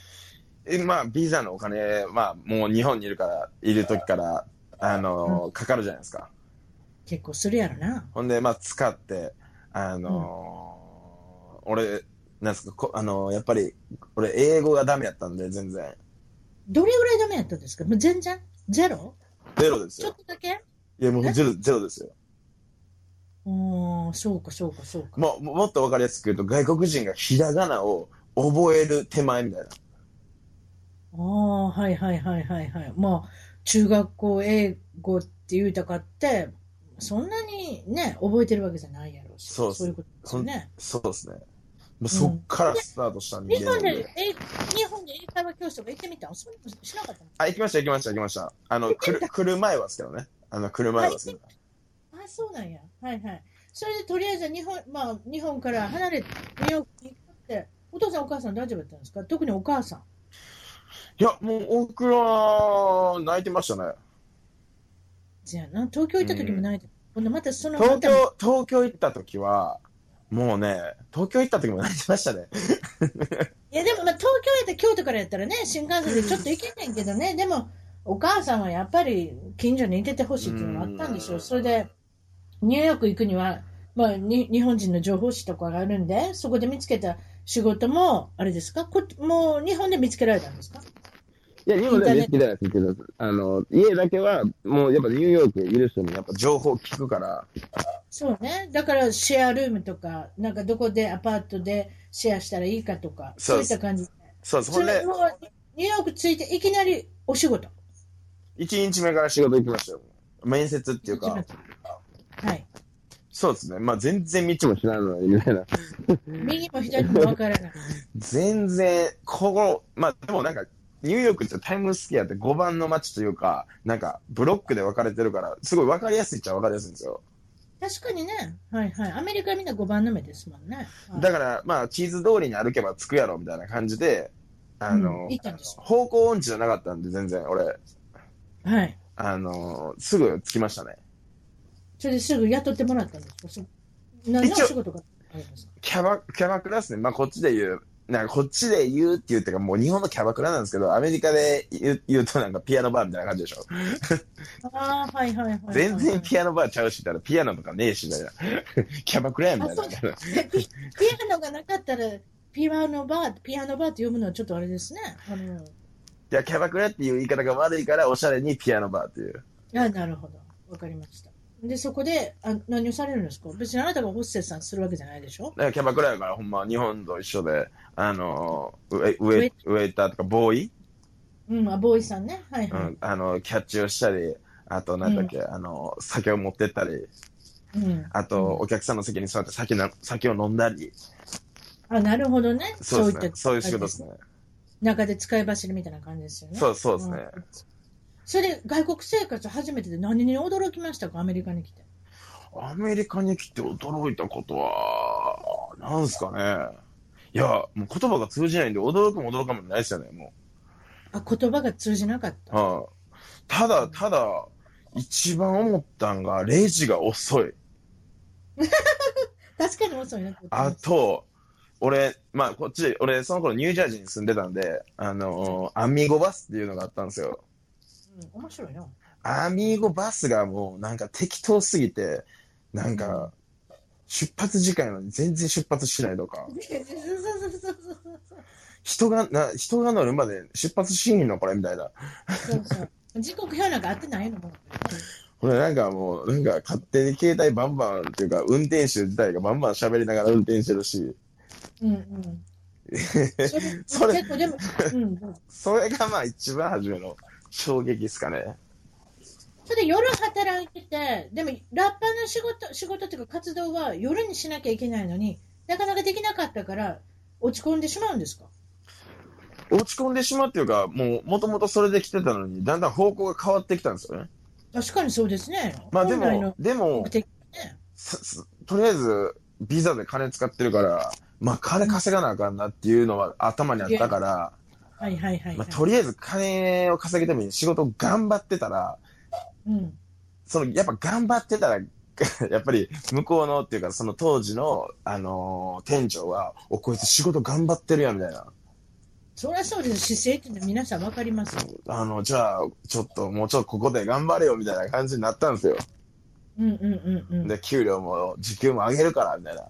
[SPEAKER 2] え、まあビザのお金、まあもう日本にいるから、いる時から、あの、かかるじゃないですか。
[SPEAKER 1] 結構するやろな。
[SPEAKER 2] ほんで、まあ、使って、あのー俺、なんですか、こあのーやっぱり、俺、英語がダメやったんで、全然。
[SPEAKER 1] どれぐらいダメやったんですかもう全然ゼロ
[SPEAKER 2] ゼロです
[SPEAKER 1] ちょ
[SPEAKER 2] よ
[SPEAKER 1] っ。とだけ
[SPEAKER 2] いや、もう
[SPEAKER 1] え
[SPEAKER 2] ゼロ、ゼロですよ。
[SPEAKER 1] おーそうかそうかそうか。
[SPEAKER 2] もう、ももっとわかりやすく言うと、外国人がひらがなを覚える手前みたいな。
[SPEAKER 1] ああ、はいはいはいはいはい。まあ、中学校英語って言うたかって、そんなにね、覚えてるわけじゃないやろうし、
[SPEAKER 2] そうっす
[SPEAKER 1] そういうことですよね。
[SPEAKER 2] そうですね。もうそっからスタートしたんで、
[SPEAKER 1] 日本で英、日本で英会話教室とか行ってみたそういうことしなかったの
[SPEAKER 2] あ、行きました、行きました、行きました。あの、くる、来る前はですけどね。あの、来る前はですけど。
[SPEAKER 1] あ、そうなんや。はいはい。それでとりあえず日本、まあ、日本から離れて、ニューヨークに行くって、お父さんお母さん大丈夫だったんですか特にお母さん。
[SPEAKER 2] いや、もう、大倉、泣いてましたね。
[SPEAKER 1] じゃあな、東京行った時もないで。ほんでまたその、
[SPEAKER 2] 東
[SPEAKER 1] また
[SPEAKER 2] 京、東京行った時は、もうね、東京行った時も泣いてましたね。
[SPEAKER 1] いやでも、まあ、東京やったら京都からやったらね、新幹線でちょっと行けないけどね、でも、お母さんはやっぱり近所にいててほしいっていうのがあったんでしょ
[SPEAKER 2] う
[SPEAKER 1] う、
[SPEAKER 2] ん
[SPEAKER 1] それでニューヨーク行くには、まあ、に日本人の情報誌とかがあるんで、そこで見つけた仕事も、あれですかこ、もう日本で見つけられたんですか
[SPEAKER 2] いや、日
[SPEAKER 1] 本ではね
[SPEAKER 2] たいですけど、あの、家だけは、もうやっぱニューヨークいる人にやっぱ情報聞くから、
[SPEAKER 1] そうね、だからシェアルームとか、なんかどこでアパートでシェアしたらいいかとか、
[SPEAKER 2] そ
[SPEAKER 1] そううい
[SPEAKER 2] で
[SPEAKER 1] っ
[SPEAKER 2] す
[SPEAKER 1] た感じ、
[SPEAKER 2] そうです。
[SPEAKER 1] そ
[SPEAKER 2] ほん
[SPEAKER 1] れ
[SPEAKER 2] で、
[SPEAKER 1] もうニューヨーク着いて、いきなりお仕事。
[SPEAKER 2] 1日目から仕事行きましたよ。面接っていうか、
[SPEAKER 1] はい
[SPEAKER 2] そうですね。まあ全然道も知らんのに、みたいな。
[SPEAKER 1] 右も左も分からない。
[SPEAKER 2] 全然、ここ、まあでもなんか、ニューヨークってタイムスケアって5番の街というか、なんか、ブロックで分かれてるから、すごい分かりやすいっちゃ分かりやすいんですよ。
[SPEAKER 1] 確かにね、はいはい、アメリカはみんな5番の目ですもんね。はい
[SPEAKER 2] だから、まあ、チーズ通りに歩けば着くやろ、みたいな感じで、あの、
[SPEAKER 1] うん行ったんです
[SPEAKER 2] 方向音痴じゃなかったんで、全然、俺、
[SPEAKER 1] はい、
[SPEAKER 2] あの、すぐ着きましたね。
[SPEAKER 1] それですぐ雇ってもらったんですかそ何のお
[SPEAKER 2] 一応
[SPEAKER 1] 仕事がありますか
[SPEAKER 2] キャバ、キャバクラですね。まあ、こっちで言う、なんか、こっちで言うって言うってか、もう日本のキャバクラなんですけど、アメリカで言う言うとなんかピアノバーみたいな感じでしょ。
[SPEAKER 1] ああ、はいはいはいはい。
[SPEAKER 2] 全然ピアノバーちゃうし、だからピアノとかねえし、みたいな。 [LAUGHS] キャバクラやみたいな
[SPEAKER 1] あ。ピピアノがなかったら、ピアノバー、ピアノバーって読むのはちょっとあれですね。あの
[SPEAKER 2] いや、キャバクラっていう言い方が悪いから、おしゃれにピアノバーっていう。
[SPEAKER 1] あなるほど、わかりました。で、そこであ何をされるんですか別にあなたがホステスさんするわけじゃないでしょ
[SPEAKER 2] だからキャバクラやから、ほんま、日本と一緒で、あの、ウェウェウェイターとか、ボーイ、
[SPEAKER 1] うん、あ、ボーイさんね。はいうはい。
[SPEAKER 2] ん、あの、キャッチをしたり、あと、なんだっけ、あの、酒を持ってったり、
[SPEAKER 1] うん、
[SPEAKER 2] あと、お客さんの席に座って酒な酒を飲んだり、
[SPEAKER 1] あ、なるほどね。
[SPEAKER 2] そうです
[SPEAKER 1] い
[SPEAKER 2] ね
[SPEAKER 1] っ。た
[SPEAKER 2] そういう仕事ですね。
[SPEAKER 1] 中で使い走るみたいな感じですよね。
[SPEAKER 2] そうそうですね。
[SPEAKER 1] んそれで外国生活初めてで何に驚きましたかアメリカに来て。
[SPEAKER 2] アメリカに来て驚いたことは、なんすかね。いや、もう言葉が通じないんで、驚くも驚かんもないですよね、も
[SPEAKER 1] あ、言葉が通じなかった。
[SPEAKER 2] う。うん。ただ、ただ、一番思ったんが、レジが遅い。
[SPEAKER 1] 確かに遅いなって思ってま
[SPEAKER 2] あ
[SPEAKER 1] す
[SPEAKER 2] と、俺、まあ、こっち、俺、その頃ニュージャージーに住んでたんで、あのーアミゴバスっていうのがあったんですよ。
[SPEAKER 1] うん、面白いな。
[SPEAKER 2] アミゴバスがもう、なんか適当すぎて、なんか、出発時間なのに全然出発しないとか。
[SPEAKER 1] そうそうそうそうそう。
[SPEAKER 2] 人がな、人が乗るまで出発しんのこれみたいな。
[SPEAKER 1] そうそう。時刻表なんか合ってないのもう。
[SPEAKER 2] これなんかもう、なんか勝手に携帯バンバンっていうか、運転手自体がバンバン喋りながら運転してるし、
[SPEAKER 1] うんうん。それ
[SPEAKER 2] [LAUGHS] それ
[SPEAKER 1] 結構でも、うん。
[SPEAKER 2] それがまあ一番初めの衝撃ですかね。
[SPEAKER 1] それで夜働いてて、でもラッパーの仕事、仕事っていうか活動は夜にしなきゃいけないのになかなかできなかったから落ち込んでしまうんですか
[SPEAKER 2] 落ち込んでしまうっていうか、もう元々それで来てたのに、だんだん方向が変わってきたんですよね。
[SPEAKER 1] 確かにそうですね。
[SPEAKER 2] まあで
[SPEAKER 1] 本来の
[SPEAKER 2] も、でも
[SPEAKER 1] 目、的ね。
[SPEAKER 2] すすとりあえず、ビザで金使ってるから、まあ金稼がなあかんなっていうのは頭にあったから、
[SPEAKER 1] はいはいはい、
[SPEAKER 2] ま
[SPEAKER 1] は
[SPEAKER 2] あ
[SPEAKER 1] い
[SPEAKER 2] とりあえず金を稼ぐために仕事を頑張ってたら、
[SPEAKER 1] うん。
[SPEAKER 2] そのやっぱ頑張ってたら、 [LAUGHS] やっぱり向こうのっていうか、その当時の、あのー店長は、お、こいつ仕事頑張ってるやん、みたいな。
[SPEAKER 1] そりゃそうです。姿勢っていうのは皆さんわかります。
[SPEAKER 2] あの、じゃあ、ちょっと、もうちょっとここで頑張れよ、みたいな感じになったんですよ。
[SPEAKER 1] うんうんうんうん。
[SPEAKER 2] で、給料も、時給も上げるから、みたいな。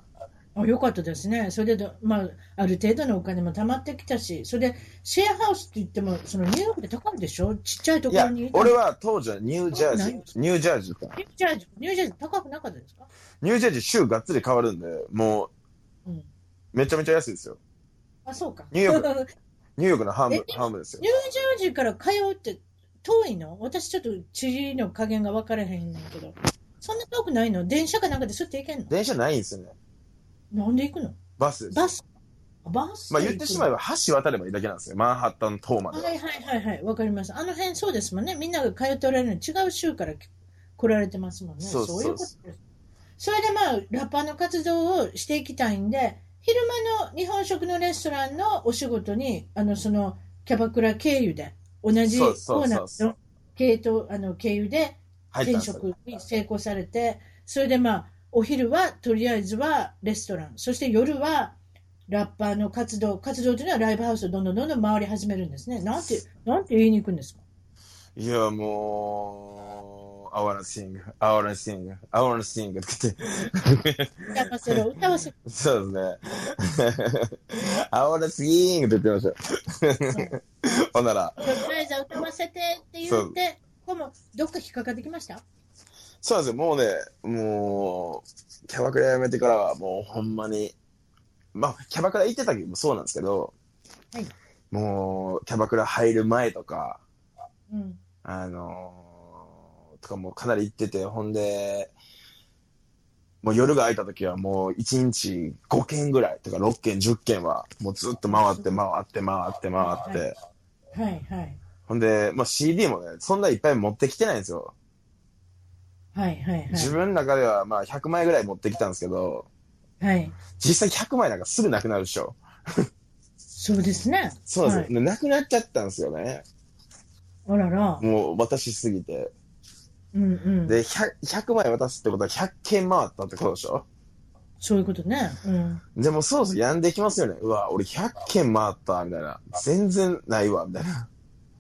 [SPEAKER 1] あよかったですね、それでど、まあ、ある程度のお金も貯まってきたし、それでシェアハウスって言っても、そのニューヨークで高いでしょ、ちっちゃいと
[SPEAKER 2] い
[SPEAKER 1] ころ
[SPEAKER 2] や
[SPEAKER 1] にい、た
[SPEAKER 2] 俺は当時はニュージャージ
[SPEAKER 1] 何
[SPEAKER 2] ー、ニュージャージーか。
[SPEAKER 1] ニュージャージー、ニュージャージー高くなかったですか、
[SPEAKER 2] ニュージャージー週がっつり変わるんで、も
[SPEAKER 1] うん、
[SPEAKER 2] う、めちゃめちゃ安いですよ。
[SPEAKER 1] あそうか
[SPEAKER 2] ニューヨ
[SPEAKER 1] [LAUGHS] ニュージ
[SPEAKER 2] ニューヨークの半分、
[SPEAKER 1] え
[SPEAKER 2] 半分ですよ。
[SPEAKER 1] ャージーから通うって遠いの私、ちょっと地理の加減が分からへんねんけど、そんな遠くないの電車かなんかですって行けんの
[SPEAKER 2] 電車ないんですよね。
[SPEAKER 1] なんで行くの
[SPEAKER 2] バスです。
[SPEAKER 1] バスあバス
[SPEAKER 2] まあ言ってしまえ
[SPEAKER 1] ば
[SPEAKER 2] ば、橋渡ればいいだけなんですよ。マンハッタン島までは。
[SPEAKER 1] はいはいはいはい、わかります。あの辺そうですもんね。みんなが通っておられるのに違う州から来来られてますもんね。
[SPEAKER 2] そうそう
[SPEAKER 1] いうことです。それでまあ、ラッパーの活動をしていきたいんで、昼間の日本食のレストランのお仕事に、あの、その、キャバクラ経由で、同じオ
[SPEAKER 2] そうそう
[SPEAKER 1] ーナ
[SPEAKER 2] そう
[SPEAKER 1] ー
[SPEAKER 2] そう
[SPEAKER 1] の系統、あの、経由で、
[SPEAKER 2] 入ったん
[SPEAKER 1] 転
[SPEAKER 2] ですよ。
[SPEAKER 1] 職に成功されて、それでまあ、お昼はとりあえずはレストラン、そして夜はラッパーの活動、活動というのはライブハウスをどんどんどんどん回り始めるんですね。なんて、なんて言いに行くんですか
[SPEAKER 2] いや、もう、I wanna sing, I wanna sing, I wanna sing って言って、 [LAUGHS]
[SPEAKER 1] 歌わせろ、歌わせろ。
[SPEAKER 2] そうですね。I wanna sing って言ってましたよ。ほんなら、
[SPEAKER 1] とりあえずは歌わせてって言
[SPEAKER 2] そ
[SPEAKER 1] っ
[SPEAKER 2] う
[SPEAKER 1] て、ここもどっか引っかかってきました
[SPEAKER 2] そうなんですよ、もうね、もう、キャバクラやめてからは、もうほんまに、まあ、キャバクラ行ってた時もそうなんですけど、
[SPEAKER 1] はい
[SPEAKER 2] もう、キャバクラ入る前とか、
[SPEAKER 1] うん。
[SPEAKER 2] あのーとかもかなり行ってて、ほんで、もう夜が空いた時はもう1日5件ぐらいとか6件、10件はもうずっと回って回って回って回って、
[SPEAKER 1] ははいはい。
[SPEAKER 2] ほんで、まあ、CD もね、そんないっぱい持ってきてないんですよ。
[SPEAKER 1] はいはいはい。
[SPEAKER 2] 自分の中ではまあ100枚ぐらい持ってきたんですけど、
[SPEAKER 1] はい。
[SPEAKER 2] 実際100枚なんかすぐなくなるでしょ。
[SPEAKER 1] そうですね。
[SPEAKER 2] そうなんですよ。なくなっちゃったんですよね。
[SPEAKER 1] はい、あらら。
[SPEAKER 2] もう渡しすぎて。
[SPEAKER 1] うんうん。
[SPEAKER 2] で100、100枚渡すってことは100件回ったってことでしょ。
[SPEAKER 1] そういうことね。うん。
[SPEAKER 2] でもそろそろやんできますよね。うわ、俺100件回った、みたいな。全然ないわ、みたいな。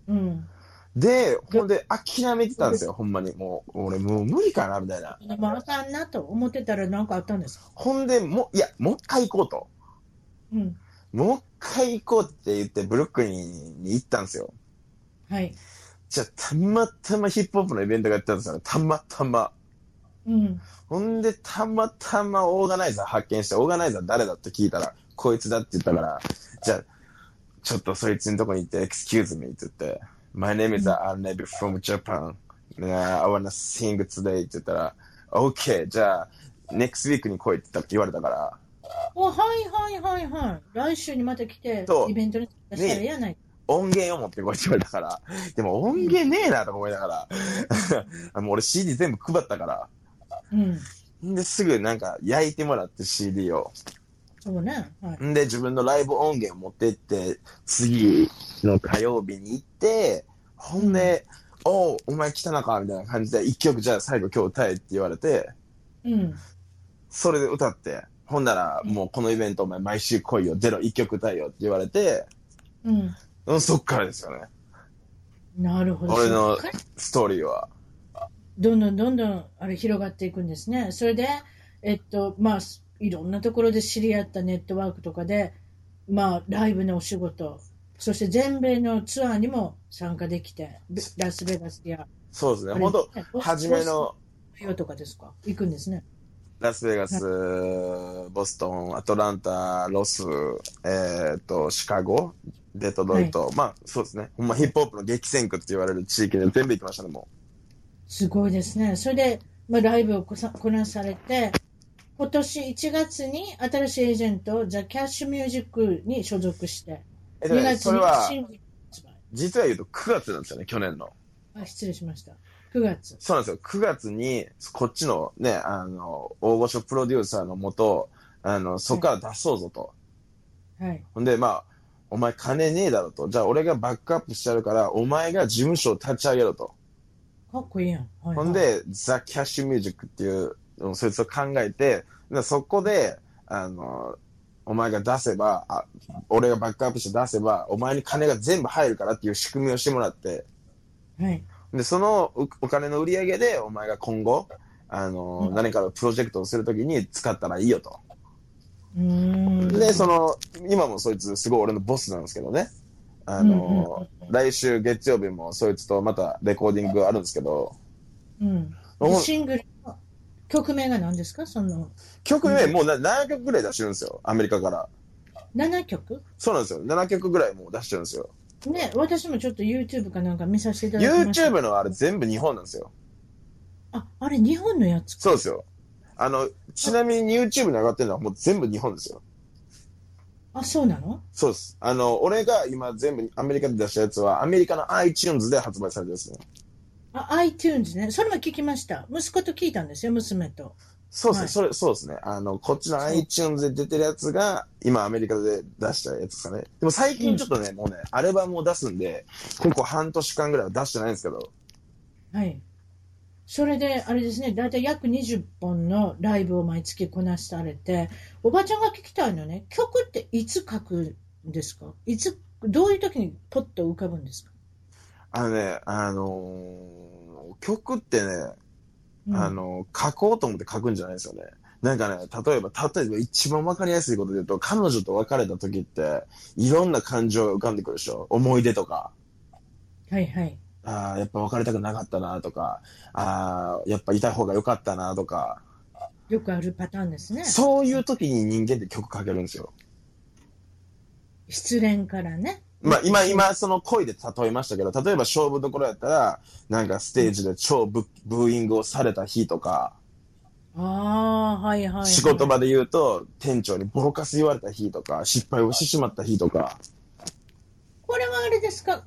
[SPEAKER 1] うん。
[SPEAKER 2] で、ほんで諦めてたんですよ、ほんまに。もう、俺もう無理かな、みたいな。
[SPEAKER 1] でもあかんなと思ってたら何かあったんですか
[SPEAKER 2] ほんで、もう、いや、もう一回行こうと。
[SPEAKER 1] うん。
[SPEAKER 2] もう一回行こうって言って、ブルックリンに行ったんですよ。
[SPEAKER 1] はい。
[SPEAKER 2] じゃあ、たまたまヒップホップのイベントがやってたんですよね。たまたま。
[SPEAKER 1] うん。
[SPEAKER 2] ほんで、たまたまオーガナイザー発見して、オーガナイザー誰だって聞いたら、こいつだって言ったから、じゃあ、ちょっとそいつのとこに行って、excuse me って言って、my name is Arnebi from Japan. Yeah, I wanna sing today って言ったら、OK, じゃあ、next week に来いって言われたから、
[SPEAKER 1] おはいはいはいはい。来週にまた来て
[SPEAKER 2] そ、う
[SPEAKER 1] イベントに参加したらええやないか。
[SPEAKER 2] 音源を持ってこいって言われたから、でも音源ねえなとか思いながら、 [LAUGHS] もう俺 CD 全部配ったから、
[SPEAKER 1] うん。
[SPEAKER 2] んですぐなんか焼いてもらって CD を。
[SPEAKER 1] そうね。はい。
[SPEAKER 2] んで、自分のライブ音源を持ってって、次の火曜日に行って、ほんで、おうお前来たのかみたいな感じで、一曲じゃあ最後今日歌えって言われて、
[SPEAKER 1] うん。
[SPEAKER 2] それで歌って、ほんならもうこのイベントお前毎週来いよ、ゼロ一曲歌えよって言われて、
[SPEAKER 1] うん。
[SPEAKER 2] うん、そっからですよね、
[SPEAKER 1] なるほど。
[SPEAKER 2] 俺の
[SPEAKER 1] そっか
[SPEAKER 2] ストーリーは。
[SPEAKER 1] どんどんどんどん、あれ、広がっていくんですね。それで、えっと、まあ、いろんなところで知り合ったネットワークとかで、まあ、ライブのお仕事、そして全米のツアーにも参加できて、ベラスベガスや、
[SPEAKER 2] そうですね、
[SPEAKER 1] あれ
[SPEAKER 2] ほんと、
[SPEAKER 1] ボス
[SPEAKER 2] 初めの、
[SPEAKER 1] ボスヨとかですか行くんですね。
[SPEAKER 2] ラスベガス、ボストン、アトランタ、ロス、えっ、と、シカゴ、デトロイト、まあ、そうですね。ほんまヒップホップの激戦区って言われる地域で全部行きましたね、も
[SPEAKER 1] すごいですね。それで、まあ、ライブをこさこなされて、今年1月に新しいエージェント、ザ・キャッシュ・ミュージックに所属して、
[SPEAKER 2] う。えっと
[SPEAKER 1] 2
[SPEAKER 2] ね、
[SPEAKER 1] 月
[SPEAKER 2] それ
[SPEAKER 1] に
[SPEAKER 2] は、
[SPEAKER 1] シングル発売。
[SPEAKER 2] 実は言うと9月なんですよね、去年の。
[SPEAKER 1] あ、失礼しました。9月。
[SPEAKER 2] そうなんですよ。9月に、こっちのね、あの、大御所プロデューサーのもと、あの、そこから出そうぞと。
[SPEAKER 1] はい。
[SPEAKER 2] ほんで、まあ、お前金ねえだろと。じゃあ俺がバックアップしてやるから、お前が事務所を立ち上げろと。
[SPEAKER 1] かっこいいやん。はい、
[SPEAKER 2] ほんで、ザ・キャッシュ・ミュージックっていうのをそいつを考えて、でそこで、あの、お前が出せばあ、俺がバックアップして出せば、お前に金が全部入るからっていう仕組みをしてもらって、
[SPEAKER 1] はい。
[SPEAKER 2] で、そのおお金の売り上げで、お前が今後、あの、
[SPEAKER 1] うん
[SPEAKER 2] 何かのプロジェクトをするときに使ったらいいよと。
[SPEAKER 1] うーん。
[SPEAKER 2] で、その、今もそいつ、すごい俺のボスなんですけどね。あ
[SPEAKER 1] うん
[SPEAKER 2] の
[SPEAKER 1] うん、うんうん
[SPEAKER 2] 来週月曜日もそいつとまたレコーディングあるんですけど、
[SPEAKER 1] うん。で
[SPEAKER 2] お
[SPEAKER 1] シングルの曲名が何ですかその、
[SPEAKER 2] 曲ね、もうな7曲ぐらい出してるんですよ、アメリカから。
[SPEAKER 1] 7曲
[SPEAKER 2] そうなんですよ。7曲ぐらいもう出してるんですよ。
[SPEAKER 1] ね、私もちょっと YouTube かなんか見させていただきました。
[SPEAKER 2] YouTube のあれ全部日本なんですよ。
[SPEAKER 1] あ、あれ日本のやつか。
[SPEAKER 2] そうですよ。あの、ちなみに YouTube に上がってるのはもう全部日本ですよ。
[SPEAKER 1] あ、そうなの
[SPEAKER 2] そうです。あの、俺が今全部アメリカで出したやつはアメリカの iTunes で発売されてるんですね。
[SPEAKER 1] あ、iTunes ね。それも聞きました。息子と聞いたんですよ、娘と。
[SPEAKER 2] そうですね、
[SPEAKER 1] はい
[SPEAKER 2] それ、そうですね。あの、こっちの
[SPEAKER 1] そう
[SPEAKER 2] iTunes で出てるやつが、今アメリカで出したやつですかね。でも最近ちょっとね、もうね、アルバムを出すんで、ここ半年間ぐらいは出してないんですけど、
[SPEAKER 1] はい。それで、あれですね、だいたい約20本のライブを毎月こなされて、おばちゃんが聞きたいのね、曲っていつ書くんですかいつ、どういう時にポッと浮かぶんですか、
[SPEAKER 2] あのね、あのー曲ってね、
[SPEAKER 1] うん
[SPEAKER 2] あの、書こうと思って書くんじゃないですよね。なんかね、例えば、例えば一番わかりやすいことで言うと、彼女と別れた時って、いろんな感情が浮かんでくるでしょ。思い出とか、
[SPEAKER 1] はいはい。
[SPEAKER 2] ああ、やっぱ別れたくなかったなとか、ああ、やっぱいた方が良かったなとか、
[SPEAKER 1] よくあるパターンですね。
[SPEAKER 2] そういう時に人間って曲書けるんですよ。
[SPEAKER 1] 失恋からね。
[SPEAKER 2] まあ今、今、その恋で例えましたけど、例えば勝負どころやったら、なんかステージで超ブブーイングをされた日とか、
[SPEAKER 1] ああ、はいはい、はい。
[SPEAKER 2] 仕事場で言うと、店長にボロカス言われた日とか、失敗をしてしまった日とか、
[SPEAKER 1] これはあれですか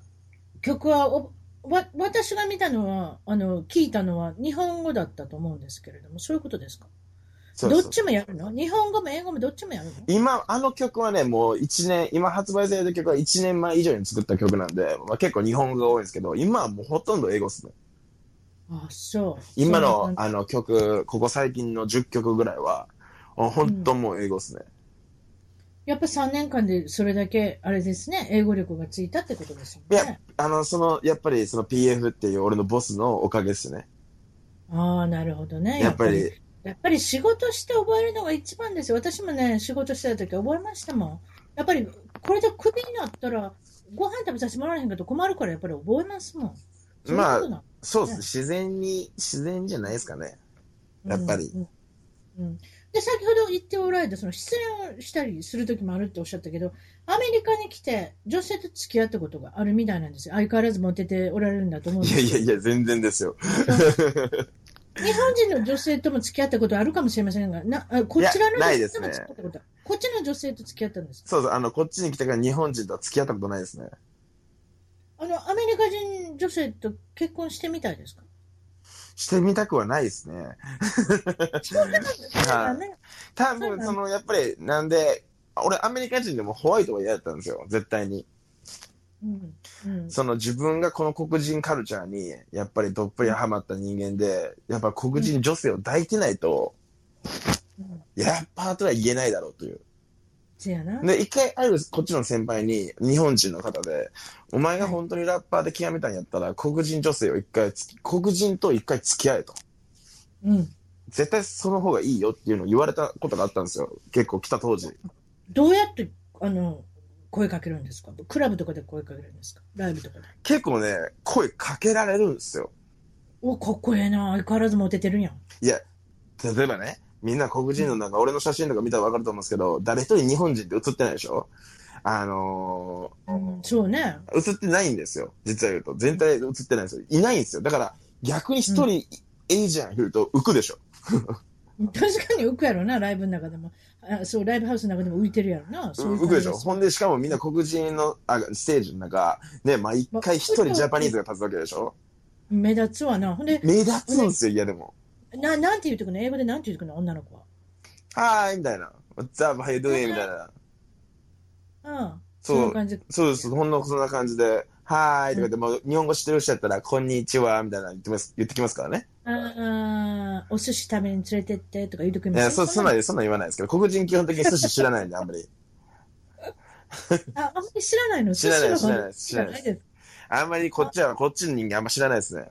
[SPEAKER 1] 曲はおわ、私が見たのは、あの、聞いたのは日本語だったと思うんですけれども、そういうことですか
[SPEAKER 2] そうそう
[SPEAKER 1] どっちもやるの日本語も英語もどっちもやるの
[SPEAKER 2] 今、あの曲はね、もう1年、今発売された曲は1年前以上に作った曲なんで、まあ、結構日本語が多いんですけど、今はもうほとんど英語っすね。
[SPEAKER 1] あそう。そ
[SPEAKER 2] 今の
[SPEAKER 1] んな感
[SPEAKER 2] あの曲、ここ最近の10曲ぐらいは、あほんともう英語っすね。
[SPEAKER 1] じやっぱ3年間でそれだけ、あれですね、英語力がついたってことですよ
[SPEAKER 2] いや
[SPEAKER 1] ね。
[SPEAKER 2] あの、その、やっぱりその PF っていう俺のボスのおかげですね。
[SPEAKER 1] ああ、なるほどね。
[SPEAKER 2] やっぱり。、
[SPEAKER 1] やっぱり仕事して覚えるのが一番ですよ。私もね、仕事してた時覚えましたもん。やっぱり、これでクビになったら、ご飯食べさせてもらえへんけど困るから、やっぱり覚えますもん。そういうことなの
[SPEAKER 2] そうっす。自然に、自然じゃないですかね。
[SPEAKER 1] う
[SPEAKER 2] やっぱり。
[SPEAKER 1] うんうんうんで先ほど言っておられたその失恋をしたりする時もあるっておっしゃったけどアメリカに来て女性と付き合ったことがあるみたいなんですよ相変わらずモテておられるんだと思うん
[SPEAKER 2] い
[SPEAKER 1] で
[SPEAKER 2] や
[SPEAKER 1] す
[SPEAKER 2] いや
[SPEAKER 1] けど
[SPEAKER 2] いや、全然ですよ。
[SPEAKER 1] 日本人の女性とも付き合ったことあるかもしれませんがなあこちらの
[SPEAKER 2] いやな
[SPEAKER 1] 女
[SPEAKER 2] い
[SPEAKER 1] 性
[SPEAKER 2] です
[SPEAKER 1] とも
[SPEAKER 2] ね
[SPEAKER 1] 付き合ったことあるこっちの女性と付き合ったんですか
[SPEAKER 2] そうそう、あの、こっちに来てから日本人とは付き合ったことないですね。
[SPEAKER 1] あのアメリカ人女性と結婚してみたいですか
[SPEAKER 2] してみたくはないですね。
[SPEAKER 1] そうなんですねそう
[SPEAKER 2] 多
[SPEAKER 1] なん
[SPEAKER 2] 分、
[SPEAKER 1] だ
[SPEAKER 2] その、やっぱり、なんで、俺、アメリカ人でもホワイトが嫌だったんですよ、絶対に。
[SPEAKER 1] うんうん
[SPEAKER 2] その自分がこの黒人カルチャーに、やっぱりどっぷりハマった人間で、やっぱ黒人女性を抱いてないと、
[SPEAKER 1] うん
[SPEAKER 2] やっぱとは言えないだろうという。
[SPEAKER 1] せやな
[SPEAKER 2] で、一回あるこっちの先輩に、日本人の方で、お前が本当にラッパーで極めたんやったら、黒人女性を一回つき、黒人と一回付き合えと。
[SPEAKER 1] うん
[SPEAKER 2] 絶対その方がいいよっていうのを言われたことがあったんですよ。結構来た当時。
[SPEAKER 1] どうやってあの声かけるんですかクラブとかで声かけるんですかライブとかで
[SPEAKER 2] 結構ね、声かけられるんですよ。
[SPEAKER 1] おかっこええな相変わらずモテてるやん
[SPEAKER 2] いや、例えばね、みんな黒人のなんか俺の写真とか見たらわかると思うんですけど、誰一人日本人って写ってないでしょあの
[SPEAKER 1] うんそうね
[SPEAKER 2] ー、写ってないんですよ。実は言うと。全体で写ってないんですよ。いないんですよ。だから、逆に一人、エイジアンいると浮くでしょ。
[SPEAKER 1] 確かに浮くやろなライブの中でもあそうライブハウスの中でも浮いてるやろなそういう
[SPEAKER 2] 浮
[SPEAKER 1] 感
[SPEAKER 2] く
[SPEAKER 1] じ
[SPEAKER 2] ですしょ。ほんで、しかもみんな黒人の、あ、ステージの中、ね、毎回一人ジャパニーズが立つわけでしょ。
[SPEAKER 1] 目立つわなほんで
[SPEAKER 2] 目立つんですよ、いやでも。
[SPEAKER 1] ななんて言うてくの英語でなんて言うてくの女の子は
[SPEAKER 2] はーい、みたいな。What's up? How you doing? みたいな。
[SPEAKER 1] うん
[SPEAKER 2] そう
[SPEAKER 1] いう感じで
[SPEAKER 2] そうです。ほんのそんな感じで、はーいとか言って、もう日本語知ってる人やったら、こんにちは、みたいなの言ってます、言ってきますからね。
[SPEAKER 1] あーお寿司食べに連れてってとか言うてく
[SPEAKER 2] い
[SPEAKER 1] る
[SPEAKER 2] や、そ、そんなん、そんなん言わないですけど、黒人基本的に寿司知らないんで、あんまり。 [LAUGHS]
[SPEAKER 1] ああんまり知らないの
[SPEAKER 2] 知らない
[SPEAKER 1] 寿司の方
[SPEAKER 2] 知らない知らない
[SPEAKER 1] です
[SPEAKER 2] あんまりこっちは、こっちの人間あんま知らないですね。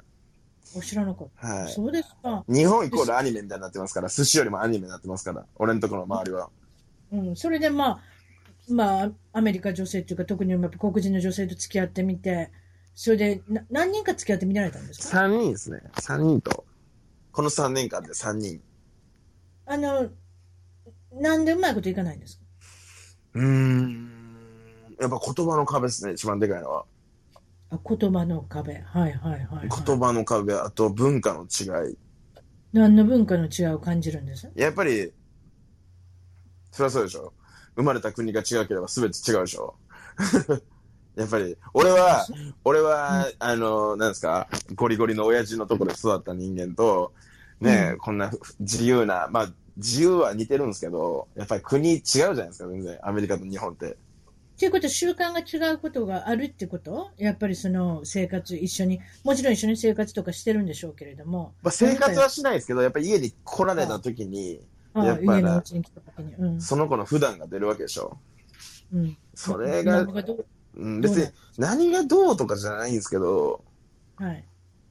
[SPEAKER 1] お知らなかった
[SPEAKER 2] は
[SPEAKER 1] そうですか。
[SPEAKER 2] い。日本イコールアニメみたいになってますから、寿司よりもアニメになってますから、俺のところの周りは。
[SPEAKER 1] うん、それでまあ、まあ、アメリカ女性というか、特にやっぱ黒人の女性と付き合ってみて、それでな何人か付き合ってみられたんですか
[SPEAKER 2] 3人ですね。3人と。この3年間で3人。
[SPEAKER 1] あの、なんでうまいこといかないんですか
[SPEAKER 2] うーん。やっぱ言葉の壁ですね、一番でかいのは。
[SPEAKER 1] あ言葉の壁。はいはいはい、はい。
[SPEAKER 2] 言葉の壁、あと文化の違い。
[SPEAKER 1] 何の文化の違いを感じるんです
[SPEAKER 2] やっぱり、そりゃそうでしょ。生まれた国が違ければ全て違うでしょ。 [LAUGHS] やっぱり、俺は、俺は、あの、なんですか、ゴリゴリの親父のところで育った人間と、ねえ、
[SPEAKER 1] うん
[SPEAKER 2] こんなふ自由な、まあ、自由は似てるんですけど、やっぱり国違うじゃないですか、全然。アメリカと日本って。
[SPEAKER 1] ということは習慣が違うことがあるってことやっぱりその生活一緒に、もちろん一緒に生活とかしてるんでしょうけれども、
[SPEAKER 2] まあ、生活はしないですけど、やっぱり家に来られた時に、
[SPEAKER 1] あ
[SPEAKER 2] やっぱな
[SPEAKER 1] 家のうちに来た時に。うん。
[SPEAKER 2] その子の普段が出るわけでしょ。
[SPEAKER 1] うん、
[SPEAKER 2] それが、
[SPEAKER 1] 何どう
[SPEAKER 2] うん、別に何がどうとかじゃないんですけど、
[SPEAKER 1] はい。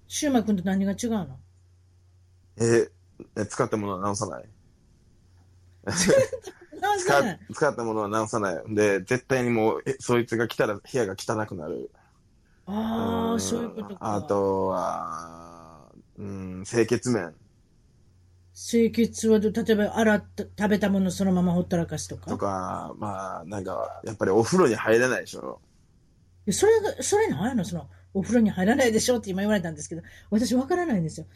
[SPEAKER 1] シューマ君と何が違うの
[SPEAKER 2] え、え使ったものは直さない。
[SPEAKER 1] なん
[SPEAKER 2] [LAUGHS] 使
[SPEAKER 1] で
[SPEAKER 2] 使ったものは直さない。で、絶対にもう、えそいつが来たら部屋が汚くなる。
[SPEAKER 1] あ
[SPEAKER 2] ん
[SPEAKER 1] あ、そういうことか。
[SPEAKER 2] あとは、うん、清潔面
[SPEAKER 1] 清潔はど、例えば洗った、食べたものそのままほったらかすとか。
[SPEAKER 2] とか、まあ、なんか、やっぱりお風呂に入れないでしょ。
[SPEAKER 1] いやそれが、それなんやのその、お風呂に入らないでしょって今言われたんですけど、私わからないんですよ。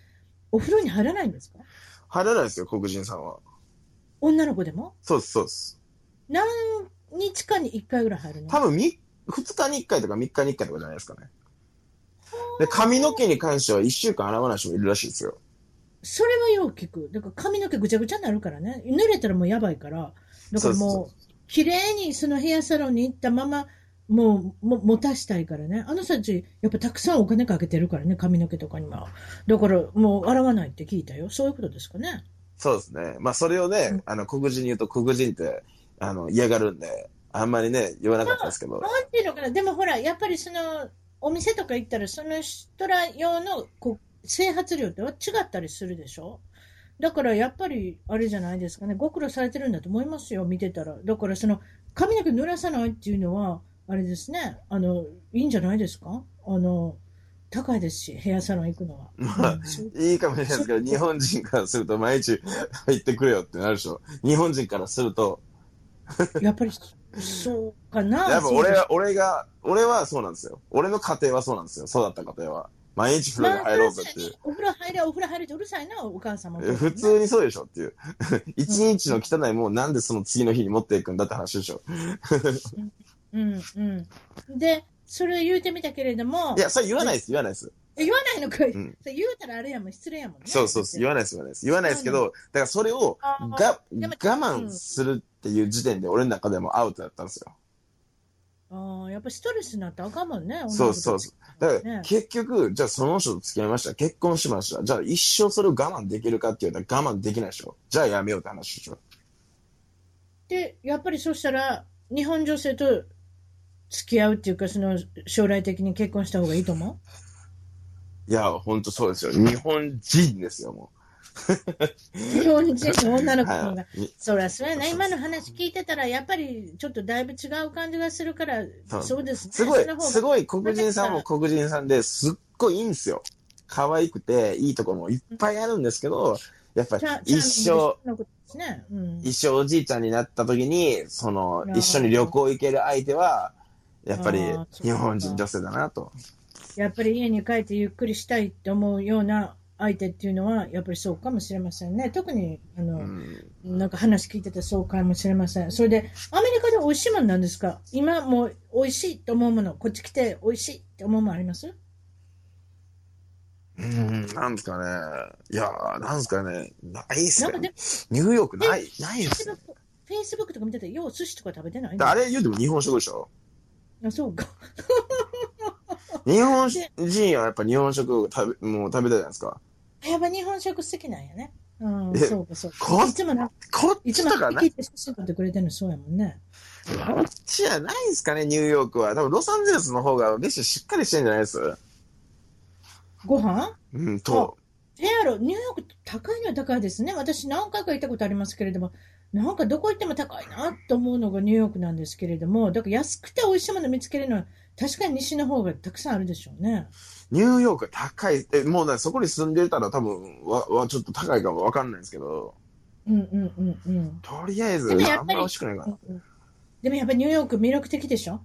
[SPEAKER 1] お風呂に入らないんですか
[SPEAKER 2] 入れないですよ、黒人さんは。
[SPEAKER 1] 女の子でも
[SPEAKER 2] そうです、そうです。
[SPEAKER 1] 何日かに1回ぐらい入るの
[SPEAKER 2] 多分、み、2日に1回とか3日に1回とかじゃないですかね。で、髪の毛に関しては1週間洗わない人もいるらしいですよ。
[SPEAKER 1] それはよう聞く。だから髪の毛ぐちゃぐちゃになるからね。濡れたらもうやばいから。だから
[SPEAKER 2] そうそう
[SPEAKER 1] もう、綺麗にそのヘアサロンに行ったまま、もう、も、持たしたいからね。あの人たち、やっぱたくさんお金かけてるからね、髪の毛とかには。だから、もう洗わないって聞いたよ。そういうことですかね。
[SPEAKER 2] そうですね。まあ、それを
[SPEAKER 1] う
[SPEAKER 2] ね
[SPEAKER 1] ん、
[SPEAKER 2] あの、黒人に言うと黒人って、あの、嫌がるんで、あんまりね、言わなかったですけど
[SPEAKER 1] な。んていうのかな。でもほら、やっぱりその、お店とか行ったら、その人ら用の、こう、整髪料っては違ったりするでしょだからやっぱり、あれじゃないですかね、ご苦労されてるんだと思いますよ、見てたら。だからその、髪の毛濡らさないっていうのは、あれですね、あの、いいんじゃないですかあの、高いですし、ヘアサロン行くのは。
[SPEAKER 2] まあ、いいかもしれないですけど、日本人からすると毎日 [LAUGHS] 入ってくれよってなるでしょ。日本人からすると、
[SPEAKER 1] やっぱり、そうかな。
[SPEAKER 2] やっぱ俺は、俺が、俺はそうなんですよ。俺の家庭はそうなんですよ。育った家庭は。毎日風呂に入ろうぜっていう。
[SPEAKER 1] お風呂入れ、お風呂入れってうるさいな、お母様。
[SPEAKER 2] え普通にそうでしょっていう。 [LAUGHS] 一日の汚いもんなんでその次の日に持っていくんだって話でしょ。
[SPEAKER 1] うんうん。で、それを言うてみたけれども、
[SPEAKER 2] いや、それ言わないです、言わないです。
[SPEAKER 1] え言わないのかい、
[SPEAKER 2] うん
[SPEAKER 1] それ言うたらあれやもん、失礼やもんね。
[SPEAKER 2] そうそうそう、言わないです、言わないです。言わないですけ
[SPEAKER 1] そ
[SPEAKER 2] ど、だからそれを
[SPEAKER 1] あー
[SPEAKER 2] が
[SPEAKER 1] でも
[SPEAKER 2] 我慢するっていう時点で俺の中でもアウトだったんですよ。
[SPEAKER 1] ああ、やっぱストレスになったらあかんもんね。
[SPEAKER 2] そうそうそう。だから
[SPEAKER 1] ね
[SPEAKER 2] 結局、じゃあその人と付き合いました。結婚しました。じゃあ一生それを我慢できるかって言うたら我慢できないでしょ。じゃあやめようって話でしょ。
[SPEAKER 1] で、やっぱりそうしたら、日本女性と付き合うっていうか、その将来的に結婚した方がいいと思
[SPEAKER 2] [LAUGHS] いや、ほんとそうですよ。日本人ですよ、も
[SPEAKER 1] う日本人の女
[SPEAKER 2] う。
[SPEAKER 1] の子の方が。
[SPEAKER 2] はい。に
[SPEAKER 1] そりゃそうやな、
[SPEAKER 2] そうそう
[SPEAKER 1] 今の話聞いてたら、やっぱりちょっとだいぶ違う感じがするから、
[SPEAKER 2] そう
[SPEAKER 1] そうですね。
[SPEAKER 2] すごい
[SPEAKER 1] その、方が
[SPEAKER 2] すごい黒人さんも黒人さんですっごいいいんですよ。可愛くて、いいとこもいっぱいあるんですけど、やっぱり
[SPEAKER 1] チャ
[SPEAKER 2] 一
[SPEAKER 1] チャーミングな
[SPEAKER 2] 生、
[SPEAKER 1] ことですねうん
[SPEAKER 2] 一生おじいちゃんになった時に、その
[SPEAKER 1] いや、ー
[SPEAKER 2] 一緒に旅行行ける相手は、やっぱり
[SPEAKER 1] あーそっか
[SPEAKER 2] 日本人女性だなと。
[SPEAKER 1] やっぱり家に帰ってゆっくりしたいと思うような相手っていうのは、やっぱりそうかもしれませんね。特に、あの、
[SPEAKER 2] うん
[SPEAKER 1] なんか話聞いてたらそうかもしれません。それで、アメリカで美味しいものなんですか今もう美味しいと思うもの、こっち来て美味しいって思うものあります
[SPEAKER 2] うん、なんですかね。いやー、なんですかね。ないっす
[SPEAKER 1] なんかで
[SPEAKER 2] ね
[SPEAKER 1] も、
[SPEAKER 2] ニューヨークない、ないっすね。
[SPEAKER 1] フェイスブックとか見てたら、よう寿司とか食べてない
[SPEAKER 2] あれ言うても日本食でしょ
[SPEAKER 1] あそうか。
[SPEAKER 2] 日本人はやっぱ日本食を食べ、もう食べたいじゃないですか。
[SPEAKER 1] やっぱ日本食好きなんやね。うん、
[SPEAKER 2] え
[SPEAKER 1] そうかそうか。
[SPEAKER 2] こ
[SPEAKER 1] いつもな、
[SPEAKER 2] こっ
[SPEAKER 1] い
[SPEAKER 2] ち
[SPEAKER 1] つ
[SPEAKER 2] と
[SPEAKER 1] も
[SPEAKER 2] かな
[SPEAKER 1] 聞いて寿司取ってくれてるのそうやもんね。
[SPEAKER 2] こっちじゃないですかね、ニューヨークは。多分ロサンゼルスの方が飯しっかりしてんじゃないです
[SPEAKER 1] ご飯
[SPEAKER 2] うん、と。
[SPEAKER 1] せやろ、ニューヨーク高いのは高いですね。私何回か行ったことありますけれども、なんかどこ行っても高いなと思うのがニューヨークなんですけれども、だから安くて美味しいもの見つけるのは、確かに西の方がたくさんあるでしょうね。
[SPEAKER 2] ニューヨークは高い。え、もうね、そこに住んでたら多分、わ、わ、ちょっと高いかもわかんないですけど、
[SPEAKER 1] うんうんうんうん
[SPEAKER 2] とりあえず、
[SPEAKER 1] でもやっぱり
[SPEAKER 2] あんま美味しくないか
[SPEAKER 1] う
[SPEAKER 2] な。
[SPEAKER 1] んうん。でもやっぱりニューヨーク魅力的でしょ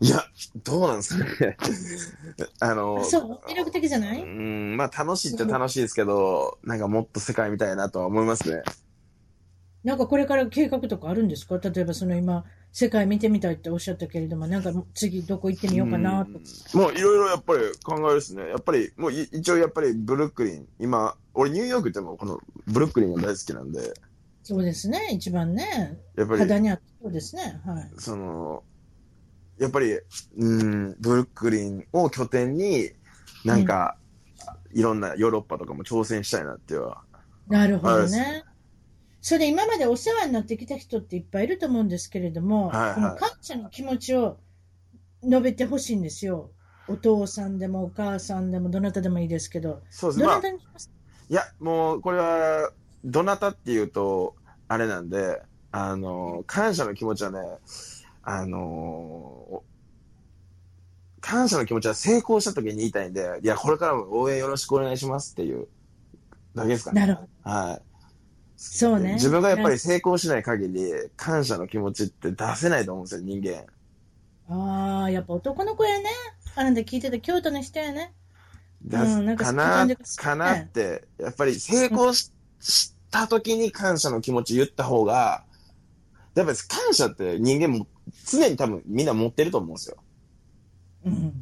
[SPEAKER 2] いや、どうなんですかね。 [LAUGHS] あの、
[SPEAKER 1] そう、魅力的じゃな
[SPEAKER 2] う
[SPEAKER 1] い
[SPEAKER 2] ん、まあ楽しいっちゃ楽しいですけど、なんかもっと世界見たいなとは思いますね。
[SPEAKER 1] なんかこれから計画とかあるんですか例えばその今、世界見てみたいっておっしゃったけれども、なんか次どこ行ってみようかなとか。
[SPEAKER 2] うんもういろいろやっぱり考えるですね。やっぱり、もうい一応やっぱりブルックリン、今、俺ニューヨークってもこのブルックリンが大好きなんで、
[SPEAKER 1] そうですね、一番ね。
[SPEAKER 2] やっぱ
[SPEAKER 1] 肌
[SPEAKER 2] り、
[SPEAKER 1] に合ってそうですね。はい。
[SPEAKER 2] その、やっぱり、うん、ブルックリンを拠点に、なんか、いろんなヨーロッパとかも挑戦したいなっては。
[SPEAKER 1] なるほど
[SPEAKER 2] あそう
[SPEAKER 1] ね。それで今までお世話になってきた人っていっぱいいると思うんですけれども、
[SPEAKER 2] はいはい
[SPEAKER 1] この感謝の気持ちを述べてほしいんですよ。お父さんでもお母さんでもどなたでもいいですけど、
[SPEAKER 2] そうです
[SPEAKER 1] ど
[SPEAKER 2] ね。ま
[SPEAKER 1] な
[SPEAKER 2] あ、
[SPEAKER 1] たにします
[SPEAKER 2] いや、もう、これは、どなたっていうと、あれなんで、あの、感謝の気持ちはね、あの、感謝の気持ちは成功した時に言いたいんで、いや、これからも応援よろしくお願いしますっていうだけですかね。
[SPEAKER 1] なるほど。
[SPEAKER 2] はい。
[SPEAKER 1] そうね。
[SPEAKER 2] 自分がやっぱ
[SPEAKER 1] なん
[SPEAKER 2] り成功しない限り、感謝の気持ちって出せないと思うんですよ、人間。
[SPEAKER 1] ああ、やっぱ男の子やね。あなんで聞いてた京都の人やね。
[SPEAKER 2] 出
[SPEAKER 1] うんなんか
[SPEAKER 2] か
[SPEAKER 1] そんな
[SPEAKER 2] な
[SPEAKER 1] 感じがす、る
[SPEAKER 2] かなって、やっぱり成功しした時に感謝の気持ち言った方が、やっぱり感謝って人間も常に多分みんな持ってると思うんですよ。
[SPEAKER 1] うん。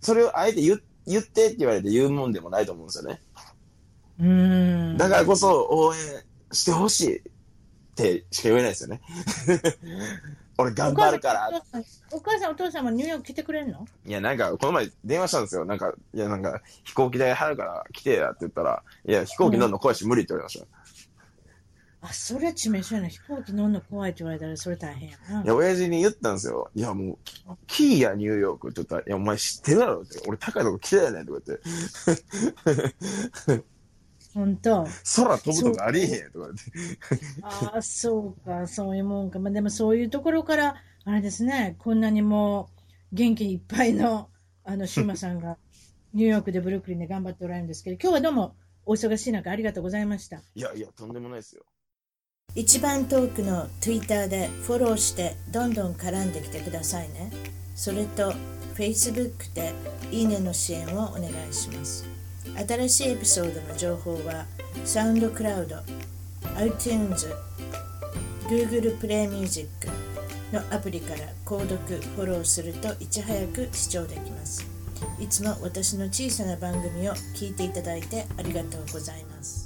[SPEAKER 2] それをあえて言言ってって言われて言うもんでもないと思うんですよね。
[SPEAKER 1] うん。
[SPEAKER 2] だからこそ応援してほしいってしか言えないですよね。 [LAUGHS] 俺頑張るから
[SPEAKER 1] お母さん。お母さん、お父さんもニューヨーク来てくれるの
[SPEAKER 2] いや、なんか、この前電話したんですよ。なんか、いや、なんか、飛行機代払うから来てやって言ったら、いや、飛行機乗るの怖いし無理って言われました。
[SPEAKER 1] あ、それは致命傷やな。飛行機乗んの怖いって言われたらそれ大変やな。
[SPEAKER 2] いや、親父に言ったんですよ。いや、もう、キーやニューヨークって言ったら、いや、お前知ってるだろって。俺高いとこ嫌いやねんとか言って。
[SPEAKER 1] 本当。
[SPEAKER 2] 空飛ぶとかありえへんとか言って。
[SPEAKER 1] ああ、そうか、そういうもんか。まあ、でもそういうところから、あれですね、こんなにも元気いっぱいのあの、シュマさんがニューヨークでブルックリンで頑張っておられるんですけど、今日はどうもお忙しい中ありがとうございました。
[SPEAKER 2] いやいや、とんでもないですよ。
[SPEAKER 1] 一番トークの Twitter でフォローしてどんどん絡んできてくださいねそれと Facebook でいいねの支援をお願いします新しいエピソードの情報はサウンドクラウド iTunes Google プレイミュージックのアプリから購読フォローするといち早く視聴できますいつも私の小さな番組を聞いていただいてありがとうございます